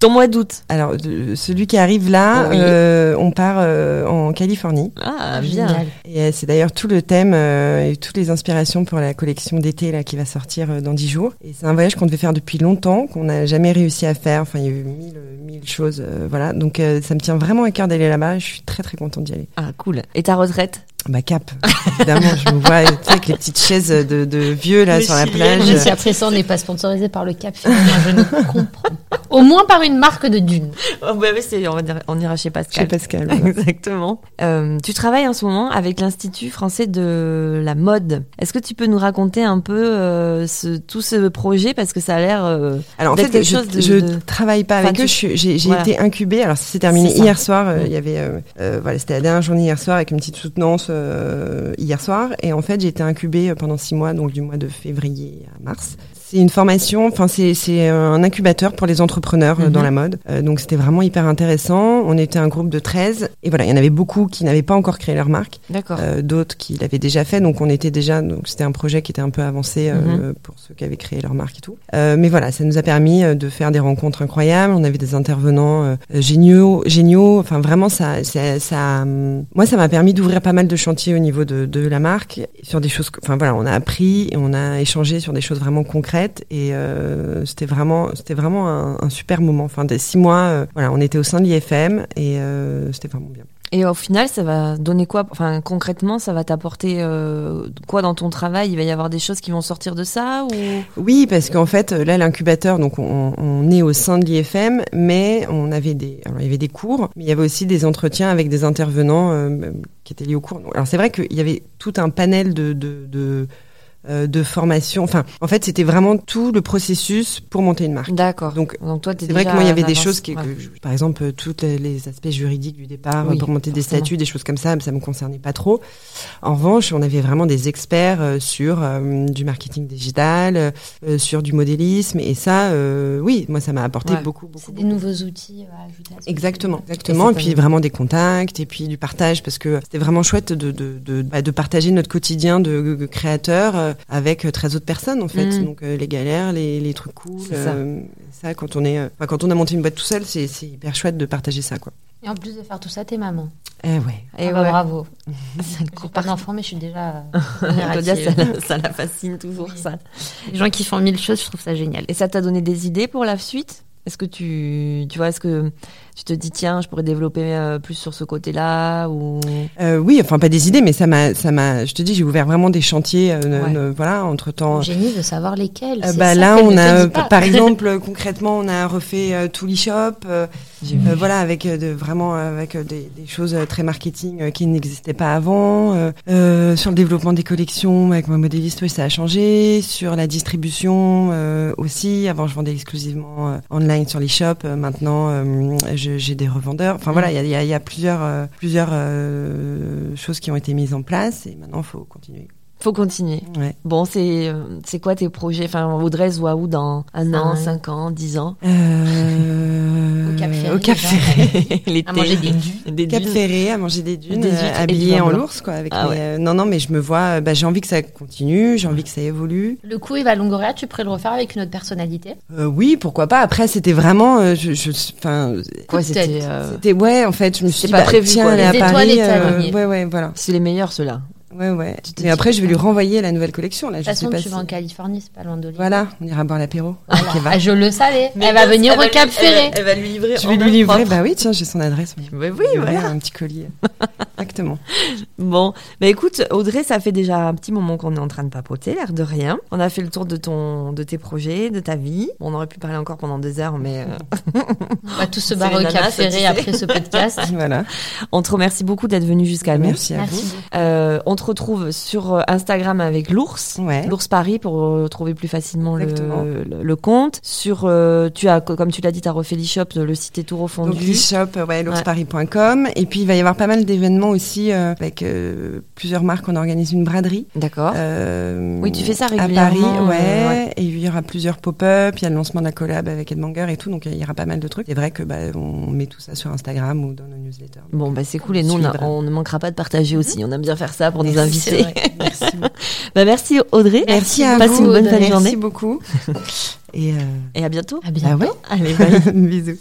Speaker 1: Ton mois d'août.
Speaker 5: Alors de- celui qui arrive là,
Speaker 1: Oh Oui.
Speaker 5: euh, on part euh, en Californie.
Speaker 1: Ah, bien.
Speaker 2: Génial.
Speaker 5: Et euh, c'est d'ailleurs tout le thème euh, et toutes les inspirations pour la collection d'été là qui va sortir euh, dans dix jours. Et c'est un voyage qu'on devait faire depuis longtemps, qu'on n'a jamais réussi à faire. Enfin, il y a eu mille, euh, mille choses, euh, voilà. Donc euh, ça me tient vraiment à cœur d'aller là-bas. Je suis très très contente d'y aller.
Speaker 1: Ah, cool. Et ta retraite
Speaker 5: Bah Cap, évidemment, je me vois tu sais, avec les petites chaises de, de vieux là
Speaker 2: Le
Speaker 5: sur la
Speaker 2: Chili.
Speaker 5: plage.
Speaker 2: Même si après ça, on n'est pas sponsorisé par le Cap, finalement, je ne comprends pas. Au moins par une marque de dunes.
Speaker 1: Oh, bah oui, c'est- on, va dire- on ira chez Pascal.
Speaker 5: Chez Pascal. voilà.
Speaker 1: Exactement. Euh, tu travailles en ce moment avec l'Institut français de la mode. Est-ce que tu peux nous raconter un peu euh, ce, tout ce projet parce que ça a l'air. euh,
Speaker 5: Alors en
Speaker 1: D'être
Speaker 5: fait,
Speaker 1: quelque
Speaker 5: je,
Speaker 1: chose de-
Speaker 5: je
Speaker 1: de-
Speaker 5: travaille pas
Speaker 1: Enfin,
Speaker 5: avec
Speaker 1: tu-
Speaker 5: eux. je suis- J'ai j'ai
Speaker 1: Voilà.
Speaker 5: été incubée. Alors c'est terminé
Speaker 1: C'est ça.
Speaker 5: hier soir. euh,
Speaker 1: Mm.
Speaker 5: Il y avait, euh, euh, voilà, c'était la dernière journée hier soir avec une petite soutenance euh, hier soir. Et en fait, j'ai été incubée euh, pendant six mois, donc du mois de février à mars. C'est une formation, enfin c'est c'est un incubateur pour les entrepreneurs euh, dans
Speaker 1: Mhm.
Speaker 5: la mode. Euh, donc c'était vraiment hyper intéressant. On était un groupe de 13 et voilà, il y en avait beaucoup qui n'avaient pas encore créé leur marque.
Speaker 1: D'accord.
Speaker 5: Euh, d'autres qui l'avaient déjà fait. Donc on était déjà, donc c'était un projet qui était un peu avancé euh,
Speaker 1: Mhm.
Speaker 5: pour ceux qui avaient créé leur marque et tout. Euh, mais voilà, ça nous a permis euh, de faire des rencontres incroyables. On avait des intervenants euh, géniaux, géniaux. Enfin vraiment, ça, ça, ça, hum, moi ça m'a permis d'ouvrir pas mal de chantiers au niveau de, de la marque sur des choses. que- Enfin voilà, on a appris et on a échangé sur des choses vraiment concrètes et euh, c'était vraiment, c'était vraiment un, un super moment. Enfin des six mois, euh, voilà, on était au sein de l'IFM et euh, c'était vraiment bien.
Speaker 1: Et au final, ça va donner quoi Enfin, concrètement, ça va t'apporter euh, quoi dans ton travail Il va y avoir des choses qui vont sortir de ça ou
Speaker 5: Oui, parce qu'en fait, euh, là, l'incubateur, donc on, on est au sein de l'IFM, mais on avait des, alors il y avait des cours, mais il y avait aussi des entretiens avec des intervenants euh, qui étaient liés aux cours. Alors c'est vrai qu'il y avait tout un panel de, de, de euh, de formation. Enfin, en fait, c'était vraiment tout le processus pour monter une marque.
Speaker 1: D'accord.
Speaker 5: Donc,
Speaker 1: Donc toi, t'es
Speaker 5: C'est vrai que
Speaker 1: déjà
Speaker 5: moi, il y avait
Speaker 1: en
Speaker 5: des
Speaker 1: avance.
Speaker 5: choses qui, que
Speaker 1: Ouais.
Speaker 5: je- par exemple, euh, tous les- les aspects juridiques du départ,
Speaker 1: Oui,
Speaker 5: euh, pour monter des
Speaker 1: forcément.
Speaker 5: statuts, des choses comme ça, ça me concernait pas trop. En revanche, on avait vraiment des experts euh, sur euh, du marketing digital, euh, euh, sur du modélisme, et ça, euh, oui, moi, ça m'a apporté
Speaker 1: Ouais.
Speaker 5: beaucoup, beaucoup.
Speaker 2: C'est des nouveaux outils à ajouter à ce
Speaker 5: Exactement, exactement.
Speaker 1: Et
Speaker 5: Et,
Speaker 1: c'est
Speaker 5: puis
Speaker 1: pas-
Speaker 5: vraiment des contacts, et puis du partage, parce que c'était vraiment chouette de, de, de, bah, de partager notre quotidien de, de créateur euh, avec euh, 13 autres personnes, en fait.
Speaker 1: Mm.
Speaker 5: Donc euh, les galères, les, les trucs cool.
Speaker 1: C'est ça.
Speaker 5: euh, ça, quand on est, euh, enfin, quand on a monté une boîte tout seul, c'est c'est hyper chouette de partager ça, quoi.
Speaker 2: Et en plus de faire tout ça, t'es maman.
Speaker 5: Eh ouais.
Speaker 1: Et
Speaker 2: Ah bah,
Speaker 1: ouais.
Speaker 2: bravo.
Speaker 1: Ça ne
Speaker 2: J'ai
Speaker 1: court
Speaker 2: pas
Speaker 1: pas.
Speaker 2: d'enfant, mais je suis déjà. euh.
Speaker 1: Claudia, ça,
Speaker 2: admirative.
Speaker 1: la- ça la fascine toujours
Speaker 2: Oui.
Speaker 1: ça.
Speaker 2: Les gens qui font mille choses, je trouve ça génial.
Speaker 1: Et ça t'a donné des idées pour la suite Est-ce que tu, tu vois, est-ce que tu te dis tiens, je pourrais développer euh, plus sur ce côté-là ou
Speaker 5: Euh, oui, enfin pas des idées, mais ça m'a, ça m'a. Je te dis, j'ai ouvert vraiment des chantiers. euh, ne-
Speaker 1: Ouais.
Speaker 5: ne- voilà, entre
Speaker 1: Oh.
Speaker 5: temps.
Speaker 2: Génie de savoir lesquels.
Speaker 1: Euh,
Speaker 2: c'est
Speaker 5: bah
Speaker 2: ça
Speaker 5: là,
Speaker 2: qu'elle
Speaker 5: on
Speaker 2: ne te
Speaker 5: a,
Speaker 2: dit
Speaker 5: euh,
Speaker 2: pas.
Speaker 5: par exemple, euh, concrètement, on a refait euh, tout l'e-shop. euh,
Speaker 1: J'ai
Speaker 5: Euh, voilà, avec euh, de, vraiment euh, avec euh, des, des choses euh, très marketing euh, qui n'existaient pas avant. euh, euh, sur le développement des collections avec ma modéliste, oui, ça a changé. Sur la distribution euh, aussi. Avant, je vendais exclusivement euh, online sur les shops. maintenant, euh, je- j'ai des revendeurs. Enfin voilà, il y a, il y a- il y a plusieurs euh, plusieurs euh, choses qui ont été mises en place et maintenant, faut continuer.
Speaker 1: Faut continuer.
Speaker 5: Ouais.
Speaker 1: Bon, c'est euh, c'est quoi tes projets Enfin, Audrey se voit où dans un
Speaker 2: Ah,
Speaker 1: an,
Speaker 2: ouais.
Speaker 1: cinq ans, dix ans
Speaker 5: Euh,
Speaker 2: Au Cap Ferré,
Speaker 5: Au Cap
Speaker 2: déjà.
Speaker 5: Ferré.
Speaker 1: L'été.
Speaker 2: À manger des dunes.
Speaker 1: Des
Speaker 5: Cap
Speaker 1: dunes.
Speaker 5: Ferré à manger des dunes,
Speaker 1: Des
Speaker 5: euh,
Speaker 1: huîtres et du
Speaker 5: habillée
Speaker 1: vin
Speaker 5: en
Speaker 1: blanc.
Speaker 5: ours quoi. Avec
Speaker 1: Ah
Speaker 5: mes,
Speaker 1: ouais.
Speaker 5: euh, non non mais je me vois, euh, bah, j'ai envie que ça continue, j'ai envie que ça évolue.
Speaker 2: Le coup Eva Longoria, tu pourrais le refaire avec une autre personnalité.
Speaker 5: Euh, oui pourquoi pas. Après c'était vraiment, euh, je, je- enfin
Speaker 1: Quoi,
Speaker 2: Peut-être.
Speaker 1: c'était. euh,
Speaker 5: c'était ouais en fait je me
Speaker 1: C'était
Speaker 5: suis dit,
Speaker 1: pas
Speaker 5: bah,
Speaker 1: prévu,
Speaker 5: tiens
Speaker 1: quoi.
Speaker 5: elle est à
Speaker 2: Les étoiles
Speaker 5: Paris,
Speaker 2: étaient
Speaker 5: euh,
Speaker 2: alignées.
Speaker 5: ouais ouais voilà
Speaker 1: C'est les meilleurs ceux-là.
Speaker 5: ouais ouais.
Speaker 1: Tu te
Speaker 5: Mais
Speaker 1: dis-
Speaker 5: après je vais lui renvoyer la nouvelle collection là.
Speaker 2: De
Speaker 5: Je
Speaker 2: toute
Speaker 5: sais
Speaker 2: façon,
Speaker 5: pas
Speaker 2: tu
Speaker 5: si-
Speaker 2: vas en Californie, c'est pas loin d'Olive.
Speaker 5: Voilà on ira boire l'apéro.
Speaker 2: Voilà.
Speaker 5: avec Eva.
Speaker 2: Ah, je le savais. elle va venir au Cap Ferré.
Speaker 1: va lui livrer.
Speaker 5: Je vais lui livrer. Bah oui tiens j'ai son adresse. mais-
Speaker 2: bah.
Speaker 1: Mais oui,
Speaker 5: Je vais
Speaker 1: voilà.
Speaker 5: lui Un petit collier. Exactement.
Speaker 1: Bon, bah écoute, Audrey, ça fait déjà un petit moment qu'on est en train de papoter, l'air de rien. On a fait le tour de ton, de tes projets, de ta vie. Bon, on aurait pu parler encore pendant deux heures, mais euh,
Speaker 2: On va tous se
Speaker 1: C'est
Speaker 2: barrer
Speaker 1: les
Speaker 2: au Cap
Speaker 1: nanas, ça, tu
Speaker 2: Ferré
Speaker 1: sais.
Speaker 2: après ce podcast.
Speaker 5: Voilà.
Speaker 1: on te remercie beaucoup d'être venu jusqu'à nous.
Speaker 5: Merci à
Speaker 2: Merci
Speaker 5: vous.
Speaker 2: beaucoup.
Speaker 1: Euh, on te retrouve sur euh, Instagram avec l'ours.
Speaker 5: Ouais.
Speaker 1: L'ours Paris pour euh, trouver plus facilement le,
Speaker 5: Exactement.
Speaker 1: le, le compte. Sur, euh, tu as, co- comme tu l'as dit, tu as refait l'e-shop, le site est tout
Speaker 5: Donc
Speaker 1: refondu.
Speaker 5: l'e-shop, euh, ouais, l'oursparis.com. Et puis il va y avoir pas mal d'événements aussi euh, avec euh, plusieurs marques. On organise une braderie.
Speaker 1: D'accord.
Speaker 5: euh,
Speaker 1: Oh. Oui, tu fais ça
Speaker 5: À Paris, ouais,
Speaker 1: régulièrement, euh, ouais.
Speaker 5: Et il y aura plusieurs pop-up. Il y a le lancement de la collab avec Edmanger et tout. Donc il y aura pas mal de trucs. C'est vrai que bah, on met tout ça sur Instagram ou dans nos newsletters.
Speaker 1: Bon, bah c'est cool. Et nous, on, a-
Speaker 5: Suivre. Mhm.
Speaker 1: on ne manquera pas de partager aussi. On aime bien faire ça pour nos invités.
Speaker 5: Merci, beaucoup.
Speaker 1: Bah, merci Audrey.
Speaker 5: Merci à
Speaker 1: Passe
Speaker 5: vous.
Speaker 1: une bonne fin de
Speaker 5: Merci
Speaker 1: journée.
Speaker 5: beaucoup. Et euh,
Speaker 1: Et à bientôt.
Speaker 2: À bientôt.
Speaker 5: ouais.
Speaker 1: Allez,
Speaker 5: bisous.